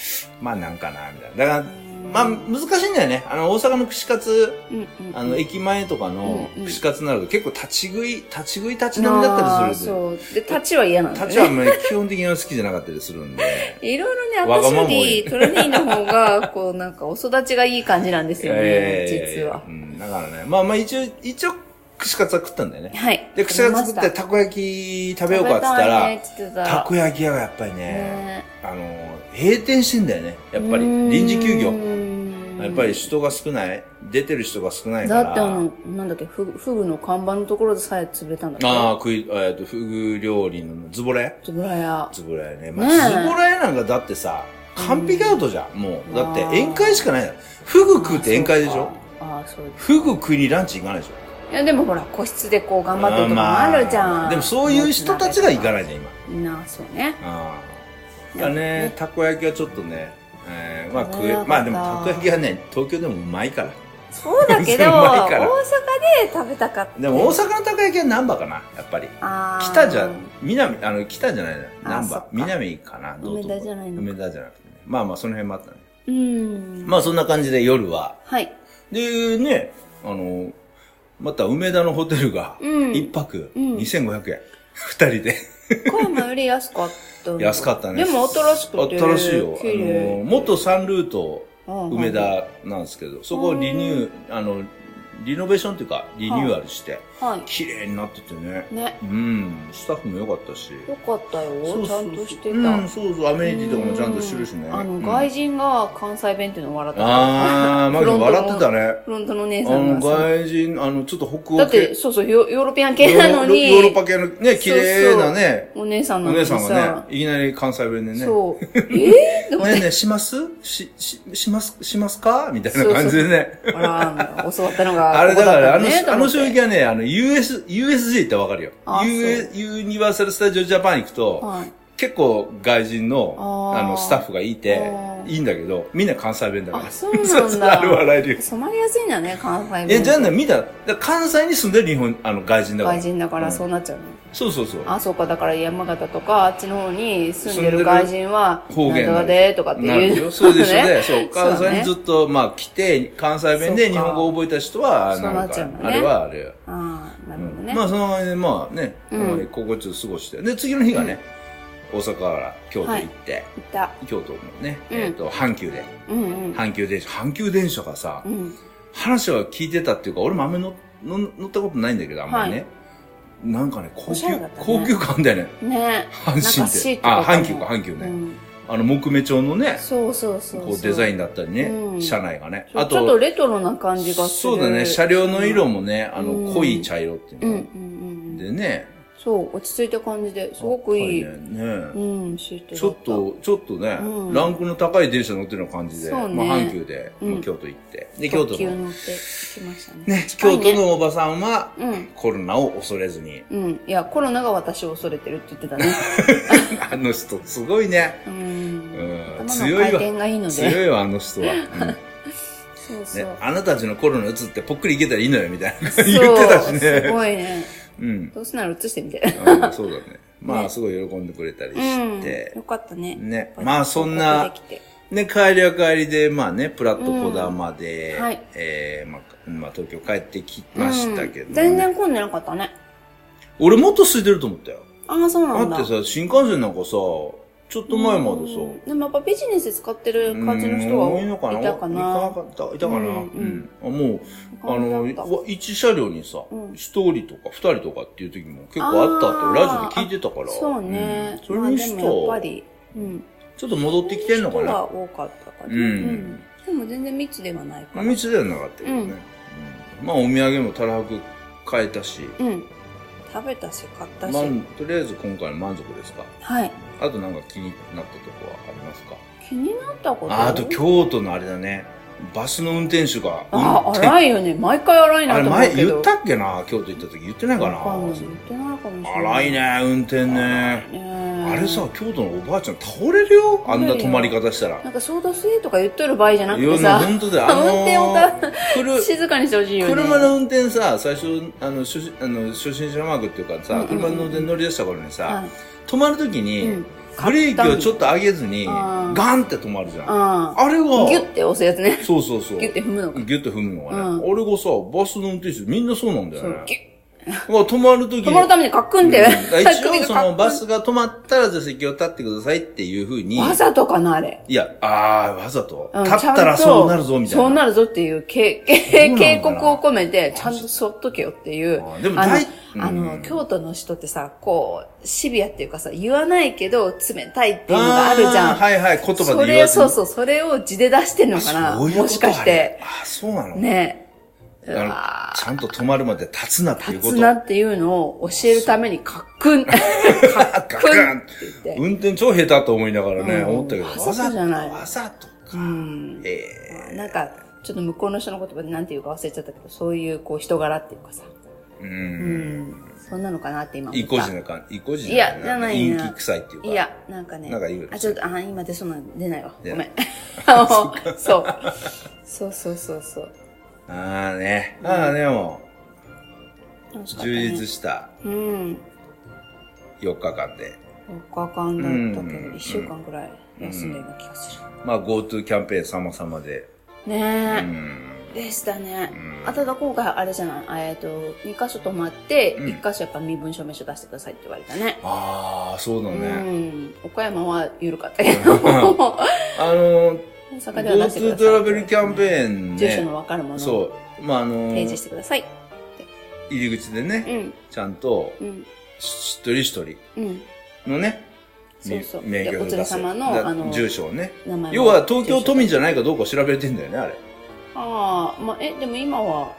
Speaker 2: まあなんかな、みたいな。だから、
Speaker 1: うん
Speaker 2: まあ難しいんだよね。あの、大阪の串カツ、
Speaker 1: うんうん
Speaker 2: あの、駅前とかの
Speaker 1: うんうん
Speaker 2: 串カツになると結構立ち食い、立ち食い立ち飲みだったりする
Speaker 1: あ
Speaker 2: んで。
Speaker 1: ーそうで立ちは嫌なんだよ
Speaker 2: 立
Speaker 1: ね
Speaker 2: ちはあんまり基本的には好きじゃなかったりするんで。
Speaker 1: いろいろね、
Speaker 2: わが
Speaker 1: 私
Speaker 2: まま
Speaker 1: よ
Speaker 2: 多い
Speaker 1: りトラニーの方が、こうなんかお育ちがいい感じなん ですよね、
Speaker 2: いやいやいやい
Speaker 1: 実
Speaker 2: や
Speaker 1: は
Speaker 2: う。ん、だからね、まあまあ一応、一応、串カツは食ったんだよね。
Speaker 1: はい。
Speaker 2: で、串カツ作ってたこ焼き食べようかって言っ
Speaker 1: 食
Speaker 2: たら、
Speaker 1: べたいねって言ってた
Speaker 2: たこ焼き屋がやっぱりね、
Speaker 1: ね
Speaker 2: あの、閉店してんだよね。やっぱり、臨時休業。やっぱり人が少ない、出てる人が少ないか
Speaker 1: だ
Speaker 2: ら。
Speaker 1: ってあの、なんだっけ、フグフグの看板のところでさえ潰れたんだっけ
Speaker 2: ああ、
Speaker 1: ど。
Speaker 2: 食い、えっと、フグ料理のズボラ屋
Speaker 1: ズボラ屋。
Speaker 2: ズボラ屋ね。ま
Speaker 1: ねえ
Speaker 2: あ、ズボラ屋なんかだってさ、完璧アウトじゃん、もう。だって
Speaker 1: あー
Speaker 2: 宴会しかないじゃん。フグ食うって宴会でしょ
Speaker 1: ああ、そうか。
Speaker 2: フグ食いにランチ行かないでしょ
Speaker 1: いや、でもほら、個室でこう頑張ってるとこもあるじ
Speaker 2: ま
Speaker 1: ゃ
Speaker 2: あ
Speaker 1: ん。
Speaker 2: でもそういう人たちが行かないじゃん、今。
Speaker 1: い。なあ、そうね。
Speaker 2: ああ。だね、たこ焼きはちょっとね、えー、まあ食
Speaker 1: 危
Speaker 2: え
Speaker 1: なかっ、た
Speaker 2: まあでもたこ焼きはね、東京でもうまいから。
Speaker 1: そうだ けど、
Speaker 2: うま
Speaker 1: 大
Speaker 2: い
Speaker 1: 阪
Speaker 2: から
Speaker 1: で食べたかった。
Speaker 2: でも大阪のたこ焼きは難波かな、やっぱり。
Speaker 1: あー
Speaker 2: 北じゃ、南、あの、北じゃないな、難
Speaker 1: そっ
Speaker 2: 波
Speaker 1: か。
Speaker 2: 南かな、どうとこ
Speaker 1: 梅田じゃないのか
Speaker 2: 梅田じゃなくてね。まあまあ、その辺もあったね。
Speaker 1: うん。
Speaker 2: まあそんな感じで夜は。
Speaker 1: はい。
Speaker 2: で、ね、あの、また梅田のホテルが、
Speaker 1: うん
Speaker 2: 一泊
Speaker 1: うん
Speaker 2: 2500円。二人で。
Speaker 1: 岡山より安かったの。
Speaker 2: 安かったね
Speaker 1: でも新しくて。
Speaker 2: 新しいよ。あ
Speaker 1: 綺
Speaker 2: の、
Speaker 1: 麗。
Speaker 2: 元サンルート、
Speaker 1: うん
Speaker 2: 梅。田なんですけど、そこをリニュー、あの、リノベーションというか、リニューアルして、
Speaker 1: は
Speaker 2: 綺麗になっててね。
Speaker 1: い。ね。
Speaker 2: うん、スタッフも良かったし。
Speaker 1: よかった
Speaker 2: そ
Speaker 1: よ。
Speaker 2: う
Speaker 1: ちゃ
Speaker 2: そ
Speaker 1: ん
Speaker 2: う
Speaker 1: として
Speaker 2: うん、
Speaker 1: た。
Speaker 2: そうそう、アメニティとかもちゃんとしてるしね。
Speaker 1: うんあ
Speaker 2: う
Speaker 1: の、
Speaker 2: ん
Speaker 1: 外人が関西弁っていうのを笑ってた。
Speaker 2: あー、マ
Speaker 1: フ
Speaker 2: ジ
Speaker 1: ロントの
Speaker 2: 笑ってたね。
Speaker 1: フロントの姉
Speaker 2: あ
Speaker 1: さん
Speaker 2: の、
Speaker 1: がさ。
Speaker 2: 外人、あの、ちょっと北欧系。
Speaker 1: だって、そうそう、ヨヨーロピアン系なのに。
Speaker 2: ヨーロッパ系のね、綺麗なね、
Speaker 1: お姉さんな
Speaker 2: お
Speaker 1: のに
Speaker 2: 姉さんが
Speaker 1: さ。
Speaker 2: ね、いきなり関西弁でね。
Speaker 1: そう。えーでも
Speaker 2: ねえ
Speaker 1: ね。
Speaker 2: ねえ、しますし、し、します、しますかみたいな感じでね。
Speaker 1: あら、教わったのが。
Speaker 2: あれだから、あ
Speaker 1: ここ
Speaker 2: の、
Speaker 1: った
Speaker 2: あ
Speaker 1: ね
Speaker 2: の衝撃はね、あの、US、USJ ってわかるよ。
Speaker 1: あ
Speaker 2: U- ユニバーサル・スタジオ・ジャパン行く
Speaker 1: と
Speaker 2: と、
Speaker 1: 思って
Speaker 2: 結構外人の
Speaker 1: あ、ー
Speaker 2: あの、スタッフがいて
Speaker 1: あ、ー
Speaker 2: いいんだけど、みんな関西弁だか
Speaker 1: はい。あ、
Speaker 2: ら。
Speaker 1: そう
Speaker 2: そう
Speaker 1: な
Speaker 2: そ
Speaker 1: ん
Speaker 2: う あれ
Speaker 1: だ。
Speaker 2: 笑えるよ。
Speaker 1: 染まりやすいんだね、関西弁。
Speaker 2: え、じゃあね、みんな、だから関西に住んでる日本、あの、外人だから。
Speaker 1: 外人だからそうなっちゃうね。
Speaker 2: そうそうそう。
Speaker 1: あ、そうか、だから山形とか、あっちの方に住んでる外人は、
Speaker 2: 方言
Speaker 1: なんとかで、とかって
Speaker 2: なる
Speaker 1: い
Speaker 2: よ。
Speaker 1: う。
Speaker 2: そうでしょね。そう。
Speaker 1: そう
Speaker 2: 関
Speaker 1: だね
Speaker 2: 西にずっと、まあ、来て、関西弁で
Speaker 1: そう
Speaker 2: 日
Speaker 1: か
Speaker 2: 本語を覚えた人は、
Speaker 1: そうなっちゃう
Speaker 2: なん
Speaker 1: の
Speaker 2: か
Speaker 1: ね
Speaker 2: あれはあれよ。
Speaker 1: ああ、なるほどね。
Speaker 2: まあその間にまあね、
Speaker 1: うん
Speaker 2: まあここちょっと過ごしてで次の日がね、大阪から京都行って、
Speaker 1: いた。
Speaker 2: 京都のね、
Speaker 1: うん
Speaker 2: えっと阪急で
Speaker 1: うんうん。
Speaker 2: 阪急電車阪急電車がさ、
Speaker 1: うん。
Speaker 2: 話は聞いてたっていうか俺もあんまり乗乗乗ったことないんだけどあんまりね、
Speaker 1: は
Speaker 2: なんかね高
Speaker 1: お
Speaker 2: 級
Speaker 1: しゃれだったね
Speaker 2: 高級感だよね
Speaker 1: ね
Speaker 2: 阪
Speaker 1: なんかシー
Speaker 2: 神って
Speaker 1: トと
Speaker 2: あ
Speaker 1: かも
Speaker 2: 阪急か阪急ね、
Speaker 1: うん
Speaker 2: あの木目調のね
Speaker 1: そうそうそうそう。
Speaker 2: こうデザイ
Speaker 1: ン。
Speaker 2: ンだったりね、
Speaker 1: うん
Speaker 2: 車内がね
Speaker 1: ちょっとレトロな感じがする。
Speaker 2: そうだね車両の色もねあ
Speaker 1: う
Speaker 2: の
Speaker 1: ん
Speaker 2: 濃い茶色ってい
Speaker 1: う
Speaker 2: うの、
Speaker 1: んうんうんうん。
Speaker 2: でね、
Speaker 1: そう、落ち着いた感じで、すごくいい。
Speaker 2: やっぱりねね
Speaker 1: うん、シートだた
Speaker 2: ちょっ、と、ちょっとね、
Speaker 1: うん
Speaker 2: ランクの高い電車乗ってるような感じで、
Speaker 1: そうね
Speaker 2: まあ阪急で、
Speaker 1: うん
Speaker 2: まあ京都行って。で、京都
Speaker 1: 特急
Speaker 2: の、
Speaker 1: 乗ってきましたね。
Speaker 2: ね、
Speaker 1: 近い
Speaker 2: 京
Speaker 1: ね
Speaker 2: 都のおばさんは、
Speaker 1: うん。
Speaker 2: コロナを恐れずに。
Speaker 1: うん。いや、コロナが私を恐れてるって言って たね。
Speaker 2: あの人、すごいね。
Speaker 1: う。
Speaker 2: うんん
Speaker 1: 頭の回
Speaker 2: 強い
Speaker 1: 転がいいので。
Speaker 2: 強いわ、あの 人は。うん
Speaker 1: そうそ
Speaker 2: ね
Speaker 1: う。、
Speaker 2: あなたたちのコロナ移ってぽっくりいけたらいいのよ、みたいな
Speaker 1: そう
Speaker 2: 言ってたし
Speaker 1: す
Speaker 2: ね。
Speaker 1: ごいね。
Speaker 2: うん。
Speaker 1: どうせなら映してみて。
Speaker 2: あそうだね。ま
Speaker 1: ね
Speaker 2: あ、すごい喜んでくれたり
Speaker 1: うん。
Speaker 2: して。
Speaker 1: よかったね。
Speaker 2: ね。まあ、そん
Speaker 1: 報
Speaker 2: な
Speaker 1: 告、できて
Speaker 2: ね、帰りは帰りで、まあね、プラット小玉で、
Speaker 1: うんはい
Speaker 2: えー、まあ、まあ、東京帰ってきましたけど、ね
Speaker 1: うん全然混んでなかったね。
Speaker 2: 俺もっと空いてると思ったよ。
Speaker 1: ああ、そう
Speaker 2: だ
Speaker 1: なんだ。
Speaker 2: ってさ、新幹線なんかさ、ちょっと前まで
Speaker 1: う
Speaker 2: さ、
Speaker 1: んでもやっぱビジネスで使ってる
Speaker 2: うん
Speaker 1: 感じの人は
Speaker 2: 多いのかない
Speaker 1: たかな
Speaker 2: 行かなかったいたかな、
Speaker 1: う
Speaker 2: うんんあもう、あの、
Speaker 1: 感じだった
Speaker 2: わ一車両にさ
Speaker 1: うん、
Speaker 2: 一、人とか二人とかっていう時も結構あったって、ラジオで聞いてたから。
Speaker 1: そうね
Speaker 2: ん、それに
Speaker 1: ま
Speaker 2: し
Speaker 1: あ
Speaker 2: て、
Speaker 1: でもやっぱり、うん、
Speaker 2: ちょっと戻ってきてんのか
Speaker 1: 人
Speaker 2: な。
Speaker 1: は多かったかな、
Speaker 2: うん
Speaker 1: でも全然密ではないか
Speaker 2: まあ、
Speaker 1: ら
Speaker 2: 道ではなかったけどね。
Speaker 1: うん
Speaker 2: うんまあ、お土産もたらはく買えたし、
Speaker 1: うん食べたし買ったし、
Speaker 2: まあ、とりあえず今回の満足ですか。
Speaker 1: はい
Speaker 2: あとなんか気になったとこはありますか
Speaker 1: 気になったこと
Speaker 2: ああと京都のあれだね。バスの運転手が。
Speaker 1: あ
Speaker 2: 運転
Speaker 1: 荒いよね毎回荒い
Speaker 2: あ
Speaker 1: な
Speaker 2: れ
Speaker 1: と思う
Speaker 2: 前
Speaker 1: けど
Speaker 2: 言ったっけな京都行った時言ってないかな
Speaker 1: わんない言ってないかもしれない
Speaker 2: 荒いね、運転ね。
Speaker 1: ね
Speaker 2: あれさ、京都のおばあちゃん倒れるよあんな止まり方したら。
Speaker 1: なんかソーダ水とか言っとる場合じゃなく
Speaker 2: いや、
Speaker 1: て
Speaker 2: もう
Speaker 1: さ
Speaker 2: 本当だよ。あ
Speaker 1: 運転を
Speaker 2: の
Speaker 1: た
Speaker 2: ー、くる
Speaker 1: 静かにしてほしいよね
Speaker 2: 車の運転さ、最初、あの、初心あの初心者マークっていうか
Speaker 1: うんうんう
Speaker 2: さ
Speaker 1: ん、
Speaker 2: 車の運転乗り出した頃にさ、
Speaker 1: はい
Speaker 2: 止まるときに、
Speaker 1: うん
Speaker 2: ブレーキをちょっと上げずに、
Speaker 1: あー
Speaker 2: ガンって止まるじゃん。あ
Speaker 1: あ
Speaker 2: れ
Speaker 1: あギュ
Speaker 2: が、
Speaker 1: ッて押すやつね
Speaker 2: そうそうそう。
Speaker 1: ギュッて踏むのか
Speaker 2: ギュッと踏むのがね。
Speaker 1: うん
Speaker 2: あれがさ、バスの運転手みんなそうなんだよ
Speaker 1: そう
Speaker 2: ね。
Speaker 1: ギュッ
Speaker 2: まあ止まるとき
Speaker 1: 止まるためにカックンって。
Speaker 2: うん一
Speaker 1: 首
Speaker 2: 応
Speaker 1: が
Speaker 2: そ
Speaker 1: カック
Speaker 2: の
Speaker 1: ン
Speaker 2: バスが止まったら座席を立ってくださいっていうふうに。
Speaker 1: わざとかな、あれ。
Speaker 2: いや、ああ、わざと。
Speaker 1: うん
Speaker 2: 立っ
Speaker 1: ちゃん
Speaker 2: た
Speaker 1: と
Speaker 2: らそうなるぞ、みたいな。
Speaker 1: そうなるぞっていうけけ
Speaker 2: そうなのかな
Speaker 1: 警告を込めて、ちゃんとそっとけよっていう。
Speaker 2: あーでも
Speaker 1: あの
Speaker 2: 大、
Speaker 1: あ
Speaker 2: うん
Speaker 1: の、京都の人ってさ、こう、シビアっていうかさ、言わないけど、冷たいっていうのがあるじゃ
Speaker 2: あ
Speaker 1: ん。
Speaker 2: ーはいはい、言葉
Speaker 1: そ
Speaker 2: で言
Speaker 1: れ
Speaker 2: わ
Speaker 1: を、
Speaker 2: ず
Speaker 1: そう
Speaker 2: に
Speaker 1: そう、それを字で出してんのかな。
Speaker 2: そういうこと
Speaker 1: もしかして。
Speaker 2: あれあー、そうなの
Speaker 1: ねえ。うわ
Speaker 2: あのちゃんと止まるまで立つなって
Speaker 1: ー
Speaker 2: いう
Speaker 1: 立
Speaker 2: こ
Speaker 1: つ
Speaker 2: と。
Speaker 1: なっていうのを教えるために、カック ン、カックンって言って。
Speaker 2: 運転超下手と思いながらね、
Speaker 1: うん
Speaker 2: 思ったけど、
Speaker 1: わざとじゃない
Speaker 2: わざとか。
Speaker 1: うん
Speaker 2: ええ
Speaker 1: なんか、ちょっと向こうの人の言葉で何て言うか忘れちゃったけど、そういうこう人柄っていうかさ、
Speaker 2: う。
Speaker 1: うんん、そんなのかなって今思
Speaker 2: 意
Speaker 1: った。
Speaker 2: 固地な感じ。意固地
Speaker 1: いやじゃないな
Speaker 2: 陰気臭いっていうか。
Speaker 1: いや、なんかね。
Speaker 2: なんか言うよね
Speaker 1: あ、ちょっと、あ、今出そうなの出ないわ。ご
Speaker 2: 出
Speaker 1: め。
Speaker 2: なん
Speaker 1: あのそう。そうそうそうそう。
Speaker 2: ああね。ああ、でも、
Speaker 1: 楽しかったね
Speaker 2: 充実した
Speaker 1: うん。
Speaker 2: 4日間で。
Speaker 1: 4日間だったけ
Speaker 2: う
Speaker 1: ど、
Speaker 2: ん
Speaker 1: 1週間ぐらい休んでる気がす
Speaker 2: まあ GoTo キャンペーン様々で。
Speaker 1: る。
Speaker 2: う
Speaker 1: ね
Speaker 2: ん。
Speaker 1: え。でしたね
Speaker 2: う。ん
Speaker 1: あ、ただ今回あれじゃない。えっと、2箇所泊まって、
Speaker 2: うん
Speaker 1: 1箇所やっぱ身分証明書出してくださいって言われたね。
Speaker 2: ああ、そうだ
Speaker 1: う
Speaker 2: ね。
Speaker 1: ん。岡山は緩かったけ ど、大
Speaker 2: あの、
Speaker 1: 阪では出してください
Speaker 2: GoTo トラベルキャンペーン
Speaker 1: 住所の
Speaker 2: ね。
Speaker 1: わかるものを
Speaker 2: そ
Speaker 1: 提
Speaker 2: う。まああの、入
Speaker 1: 示してください。
Speaker 2: り口で
Speaker 1: う
Speaker 2: ね、
Speaker 1: ん、
Speaker 2: ちゃんと、
Speaker 1: うん、
Speaker 2: 一人一人
Speaker 1: うん。
Speaker 2: のね、
Speaker 1: そうそう。
Speaker 2: 名
Speaker 1: で、
Speaker 2: 義
Speaker 1: お
Speaker 2: を
Speaker 1: 連れ
Speaker 2: 出す
Speaker 1: 様
Speaker 2: だ
Speaker 1: の、あの、
Speaker 2: 住所をね。
Speaker 1: 名前も
Speaker 2: 要は東京都民
Speaker 1: 住所
Speaker 2: じゃないかどうかを調べてんだよね、あれ。
Speaker 1: ああ、まあ、え、でも今は、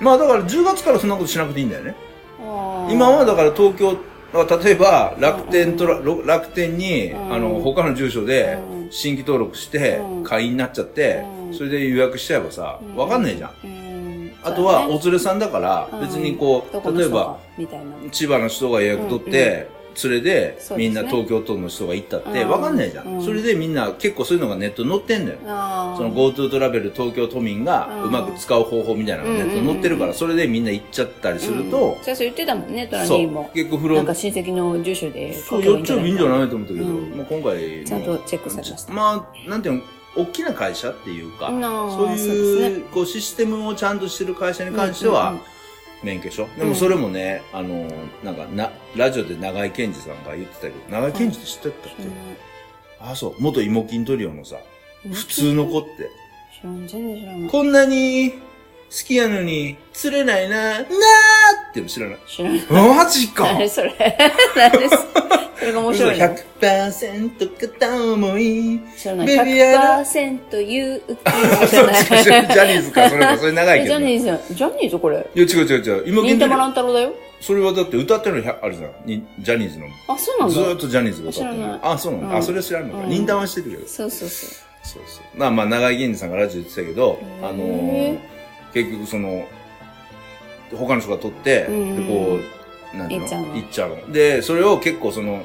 Speaker 2: まあだから10月からそんなことしなくていいんだよね。
Speaker 1: ああ
Speaker 2: 今はだから東京、まあ例えば楽天とら、ろ楽天に、
Speaker 1: うん
Speaker 2: あの、他の住所で
Speaker 1: うん
Speaker 2: 新規登録して
Speaker 1: うん
Speaker 2: 会員になっちゃって
Speaker 1: うん、
Speaker 2: それで予約しちゃえばさ、わかんないじゃん。
Speaker 1: うん。
Speaker 2: あとは
Speaker 1: そうだね
Speaker 2: お連れさんだから
Speaker 1: うん、
Speaker 2: 別にこ
Speaker 1: どこ
Speaker 2: う、
Speaker 1: の
Speaker 2: 例え
Speaker 1: 人
Speaker 2: ば
Speaker 1: か、みたいな。
Speaker 2: 千葉の人が予約取って、連れ
Speaker 1: そ
Speaker 2: で
Speaker 1: うですね
Speaker 2: みんな東京都の人が行ったっ
Speaker 1: う
Speaker 2: て
Speaker 1: ん
Speaker 2: わかんないじゃ
Speaker 1: うん
Speaker 2: ん。それでみんな結構そういうのがネットに載ってんだよ。
Speaker 1: ああ。
Speaker 2: その GoTo トラベル東京都民が
Speaker 1: うん
Speaker 2: うまく使う方法みたいなのがネットに載ってるから、それでみんな行っちゃったりすると
Speaker 1: うん、最初言ってたもんね、トラ
Speaker 2: そ
Speaker 1: ニー
Speaker 2: う
Speaker 1: も、。
Speaker 2: 結構フロ
Speaker 1: なん
Speaker 2: ン
Speaker 1: か親戚の住所で
Speaker 2: そう、
Speaker 1: 書けば
Speaker 2: やっちゃえばいいんじゃないと思ったけど、
Speaker 1: うん
Speaker 2: まあ、今回の
Speaker 1: ちゃんとチェックされました
Speaker 2: まあ、なんていうの、大きな会社っていうか、
Speaker 1: うん
Speaker 2: そう
Speaker 1: そうです
Speaker 2: いう、こう、システムをちゃんとしてる会社に関して
Speaker 1: うんう
Speaker 2: は
Speaker 1: ん、
Speaker 2: 免許証。でもそれもね、あの、なんか、な、ラジオで長井健二さんが言ってたけど、長井健二って知ってたっけ、あ、そう。元芋筋トリオのさ、
Speaker 1: うん
Speaker 2: 普通の子って、
Speaker 1: 知らん、全然知らない。
Speaker 2: こんなに好きやのに釣れないな、なーって知らない。
Speaker 1: 知らない。
Speaker 2: マジ か
Speaker 1: 何それ何ですそれが面白い
Speaker 2: 嘘
Speaker 1: ね。
Speaker 2: 100%片思 い。
Speaker 1: 知らない。
Speaker 2: ベビアラ
Speaker 1: 100%勇気じ
Speaker 2: そ
Speaker 1: ゃ
Speaker 2: う
Speaker 1: ない。
Speaker 2: ジャニーズか、それか、それ長い
Speaker 1: え
Speaker 2: け
Speaker 1: ジャ
Speaker 2: どね。
Speaker 1: ニーズ、ジャニーズこれ。
Speaker 2: いや、違う違う違う。芋
Speaker 1: 忍
Speaker 2: 筋
Speaker 1: た
Speaker 2: ト
Speaker 1: ま
Speaker 2: リ
Speaker 1: 乱太郎だよ。
Speaker 2: それはだって歌ってるのあるじゃん。にジャニーズの。
Speaker 1: あ、そうなんだ。
Speaker 2: ずーっとジャニーズが歌ってる
Speaker 1: 知らない
Speaker 2: の。あ、そうなの、
Speaker 1: うん
Speaker 2: あ、それは知らんのか。
Speaker 1: うん
Speaker 2: 忍耐はしてるけど。
Speaker 1: そうそうそ
Speaker 2: そうそう。まあまあ、長井芸人さんがラジオ言ってたけど
Speaker 1: へ、
Speaker 2: あ
Speaker 1: ー
Speaker 2: のー結局その、他の人が撮って、
Speaker 1: うん
Speaker 2: で、こう、なんていう
Speaker 1: いっちゃう
Speaker 2: の
Speaker 1: の
Speaker 2: 行っちゃうの。で、それを結構その、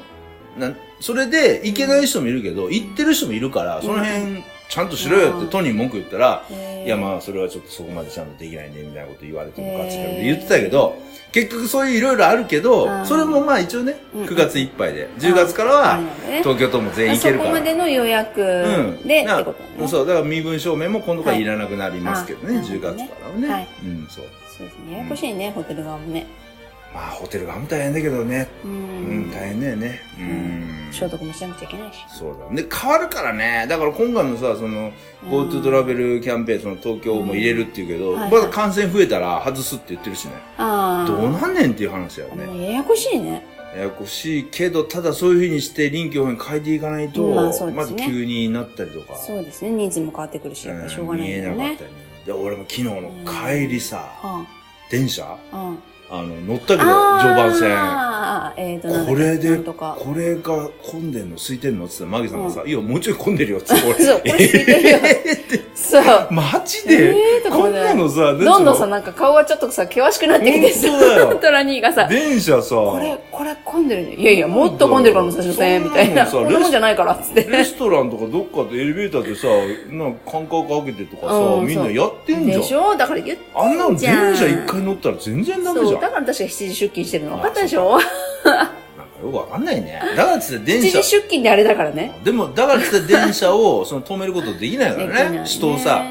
Speaker 2: なんそれで行けない人もいるけど、行ってる人もいるから、その辺、ちゃんとしろよっ
Speaker 1: う
Speaker 2: て
Speaker 1: ん
Speaker 2: トニーに文句言ったら、
Speaker 1: う。へー
Speaker 2: いやまあ、それはちょっとそこまでちゃんとできないね、みたいなこと言われてもかって
Speaker 1: へー
Speaker 2: 言ってたけど、結局そういういろいろあるけ
Speaker 1: あ
Speaker 2: ど、
Speaker 1: ー
Speaker 2: それもまあ一応ね、
Speaker 1: うん
Speaker 2: 9月いっぱいで、10月から
Speaker 1: あれ
Speaker 2: は、
Speaker 1: なんだね
Speaker 2: 東京都も全員行
Speaker 1: そ
Speaker 2: けるか
Speaker 1: こ
Speaker 2: ら。
Speaker 1: までの予約
Speaker 2: うん
Speaker 1: で、っ
Speaker 2: な
Speaker 1: てことだね。
Speaker 2: そうだから身分証明も今度からいらなくなりますけどね、
Speaker 1: はいあ
Speaker 2: 10月からはね、
Speaker 1: はい
Speaker 2: うんそう
Speaker 1: そうですね。ややこしいね、ホテル側もね。
Speaker 2: まあホテル側も大変だけどね
Speaker 1: う
Speaker 2: うん、
Speaker 1: ん。
Speaker 2: 大変だよねうん、
Speaker 1: 消毒もしなくちゃいけないし。
Speaker 2: そうだねで変わるからねだから今回もさその GoTo トラベルキャンペーンその東京も入れるっていうけど、
Speaker 1: うんはい
Speaker 2: まだ感染増えたら外すって言ってるしね、
Speaker 1: ああ。
Speaker 2: どうなんねんっていう話だよ
Speaker 1: も
Speaker 2: ね
Speaker 1: うややこしいね。
Speaker 2: ややこしいけどただそういうふうにして臨機応変に変えていかないと、
Speaker 1: まあそうで
Speaker 2: ます
Speaker 1: ね
Speaker 2: ず急になったりとか
Speaker 1: そうですね。人数も変わってくるし、やっぱりしょうがないんだよ
Speaker 2: うん見えな
Speaker 1: ね
Speaker 2: か。ったねで俺も昨日の帰りさ、
Speaker 1: は
Speaker 2: 電車
Speaker 1: あ、うん。
Speaker 2: あの、乗ったけど、
Speaker 1: あー
Speaker 2: 序盤戦。
Speaker 1: あーえーと、なんだっけ
Speaker 2: これ
Speaker 1: な
Speaker 2: で、
Speaker 1: んとか。
Speaker 2: これが混んでんの空いてんのって言ったら、マギさんがさ、いや、もうちょい混んでるよって言って、俺
Speaker 1: そうこれ空いて るよ
Speaker 2: えーって
Speaker 1: そう。
Speaker 2: マジで、
Speaker 1: えーとか
Speaker 2: こ
Speaker 1: 思
Speaker 2: ん
Speaker 1: って
Speaker 2: なのさ、
Speaker 1: どんどんさ、
Speaker 2: そ
Speaker 1: なんか顔はちょっとさ、険しくなってきてさ、
Speaker 2: 本当だよ
Speaker 1: トラ兄がさ、
Speaker 2: 電車さ、
Speaker 1: これ、これ混んでるね。いやいや、もっと混んでるから武蔵野線、みたいな。
Speaker 2: そ
Speaker 1: こ
Speaker 2: ん
Speaker 1: んな
Speaker 2: なのさ
Speaker 1: もんじゃないから、つって。
Speaker 2: レストランとかどっかでエレベーターでさ、なんか間隔開けてとか
Speaker 1: う
Speaker 2: さ、
Speaker 1: ん
Speaker 2: みんなやってんじゃ
Speaker 1: で
Speaker 2: ん
Speaker 1: し。ょだから言って
Speaker 2: あんなの
Speaker 1: じゃん
Speaker 2: 電車一回乗ったら全然ダメ
Speaker 1: そ
Speaker 2: じ
Speaker 1: う。
Speaker 2: ゃん。
Speaker 1: だ
Speaker 2: なん
Speaker 1: か
Speaker 2: か
Speaker 1: ら私が7時出勤してるの分かったでしょ ?7
Speaker 2: よくわかんないね。だからっつって電
Speaker 1: 時
Speaker 2: 車
Speaker 1: 出、勤であれだからね。
Speaker 2: でも、だからっつって電車をその止めることできない
Speaker 1: でき
Speaker 2: か
Speaker 1: な
Speaker 2: ら
Speaker 1: い
Speaker 2: ね。
Speaker 1: ね
Speaker 2: 人をさ、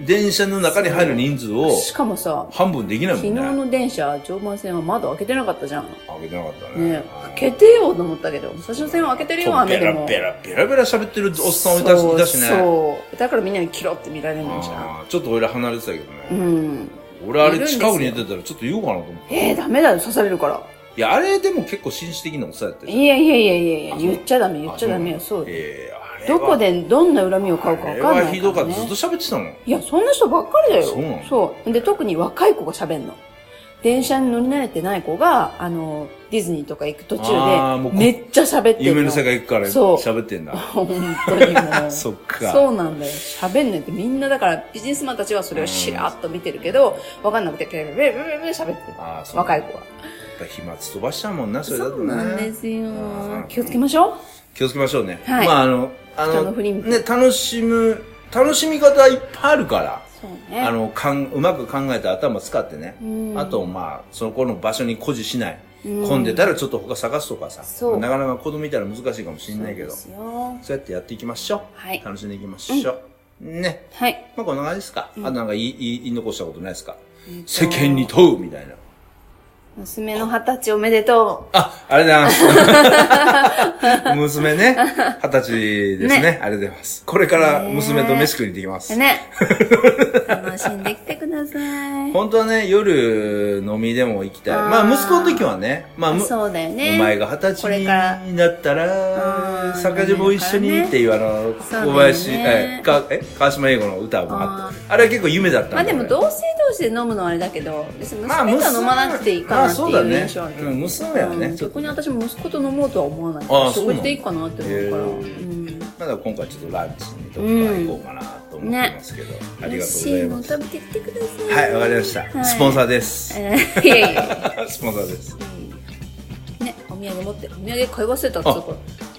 Speaker 2: 電車の中に入る人数を
Speaker 1: しかもさ、
Speaker 2: 半分できないも
Speaker 1: 昨日
Speaker 2: んね。
Speaker 1: の電車、常磐線は窓開けてなかったじゃん。ね
Speaker 2: 開けてなかったね
Speaker 1: え。開けてよと思ったけど、武蔵野線は開けてるよ、
Speaker 2: と
Speaker 1: 雨
Speaker 2: ベ
Speaker 1: で
Speaker 2: ラ
Speaker 1: も。
Speaker 2: ベラベラベラ喋ってるおっさんをいたし
Speaker 1: そう
Speaker 2: いたしね。
Speaker 1: そう。だからみんなにキロって見られないじゃん。
Speaker 2: あーちょっと俺ら離れてたけど
Speaker 1: う
Speaker 2: ね。
Speaker 1: ん。
Speaker 2: 俺あれ近くに出てたらちょっと言おうかなと思って。
Speaker 1: えー、ダメだよ、刺されるから。
Speaker 2: いや、あれでも結構紳士的なおっさんやったよ
Speaker 1: いやいやいやいやいや、
Speaker 2: あそう
Speaker 1: 言っちゃダメ、言っちゃダメよ、そうだよ。
Speaker 2: えーあれは
Speaker 1: どこでどんな恨みを買うかわかんない
Speaker 2: あ
Speaker 1: か
Speaker 2: れ
Speaker 1: ら、
Speaker 2: は
Speaker 1: ね。
Speaker 2: ひどかった。ずっと喋ってたもん。
Speaker 1: いや、そんな人ばっかりだよ。
Speaker 2: そうなの
Speaker 1: そうで、特に若い子が喋んの。電車に乗り慣れてない子が、あの、ディズニーとか行く途
Speaker 2: あー
Speaker 1: 中
Speaker 2: も
Speaker 1: で、
Speaker 2: うこ
Speaker 1: めっちゃ喋ってるの。
Speaker 2: 夢の世界行くから
Speaker 1: そう
Speaker 2: 喋って んだ。
Speaker 1: 本当にもう。
Speaker 2: そっか
Speaker 1: そうなんだよ。喋んないってみんなだからビジネスマンたちはそれをしらっと見てるけど、わかんなくて、ペレペレペレペレペレ喋ってる。
Speaker 2: あーそう
Speaker 1: 若い子は。
Speaker 2: やっぱ飛沫飛ばしちゃうもんな、それだ
Speaker 1: そ
Speaker 2: と
Speaker 1: う
Speaker 2: ね。
Speaker 1: なんですよ
Speaker 2: うん。
Speaker 1: 気をつけましょう。
Speaker 2: 気をつけましょうね。
Speaker 1: はい
Speaker 2: まあ、あの、あ
Speaker 1: 人の振り見て
Speaker 2: ね、楽しむ、楽しみ方いっぱいあるから、
Speaker 1: そうね。
Speaker 2: あの、かん、うまく考えて頭使ってね。
Speaker 1: うん
Speaker 2: あと、まあ、その子の場所に固辞しない。
Speaker 1: うん
Speaker 2: 混んでたらちょっと他探すとかさ。
Speaker 1: そう
Speaker 2: なかなか子供いたら難しいかもしれないけど。
Speaker 1: そう
Speaker 2: そ
Speaker 1: ですよ
Speaker 2: うやってやっていきましょう。
Speaker 1: はい
Speaker 2: 楽しんでいきましょう。ね。
Speaker 1: はい。
Speaker 2: まあ、こんな感じですか。あとなんか言い、言い、言い残したことないですか。
Speaker 1: えっと
Speaker 2: 世間に。問うみたいな。
Speaker 1: 娘の二十歳おめでとう。
Speaker 2: あ、ありがとうございます。 娘ね、二十歳ですね
Speaker 1: ね
Speaker 2: ありがとうございます。これから娘と飯食いに行ってきます。
Speaker 1: ね。楽しんできてくださ い。
Speaker 2: 本当はね、夜飲みでも行きたい。
Speaker 1: あー
Speaker 2: まあ、息子の時はね、まあ、む
Speaker 1: そうだよね。
Speaker 2: お前が二十
Speaker 1: これから
Speaker 2: 歳になった
Speaker 1: う
Speaker 2: ら、
Speaker 1: ん
Speaker 2: 坂地も一緒にっていうあの、
Speaker 1: そうだよね
Speaker 2: 小林、え、か、え、川島英語の歌もあった。あれは結構夢だったんだ
Speaker 1: まあでも
Speaker 2: 俺
Speaker 1: 同性同士で飲むのはあれだけど、別に
Speaker 2: まあ
Speaker 1: 娘とは飲まなくていいかなって
Speaker 2: まあそうだ
Speaker 1: いう
Speaker 2: ね
Speaker 1: 印象あるけど。
Speaker 2: うん娘はね
Speaker 1: うん
Speaker 2: ちょっ
Speaker 1: 逆
Speaker 2: とね
Speaker 1: に私も息子と飲もうとは思わない
Speaker 2: ああそ
Speaker 1: 食
Speaker 2: うなの
Speaker 1: 事でいいかなって思うから。
Speaker 2: へ
Speaker 1: う
Speaker 2: え
Speaker 1: ん
Speaker 2: まだ今回ちょっとランチにどっか行こうかなと思ってますけど、あり
Speaker 1: 美味
Speaker 2: がとうご
Speaker 1: し
Speaker 2: ざ
Speaker 1: い
Speaker 2: い
Speaker 1: も
Speaker 2: ま
Speaker 1: の
Speaker 2: す。
Speaker 1: 食べてきてくださ。
Speaker 2: はいい、わかりました。スポンサーです。
Speaker 1: ー。いやいや。
Speaker 2: スポンサーです。
Speaker 1: うんね、お土産持って、お土産買い忘れたっつうから。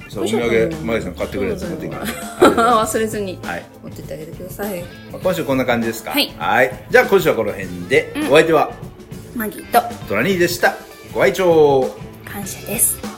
Speaker 2: そう、お土産、マギさん買ってくれるやつ持ってきます。
Speaker 1: 忘れずに
Speaker 2: はい。
Speaker 1: 持ってってあげてください
Speaker 2: まあ今週こんな感じですか
Speaker 1: はい
Speaker 2: じゃあ今週はこの辺で、お相手は、
Speaker 1: マギと
Speaker 2: トラニーでした。ご愛聴
Speaker 1: 感謝です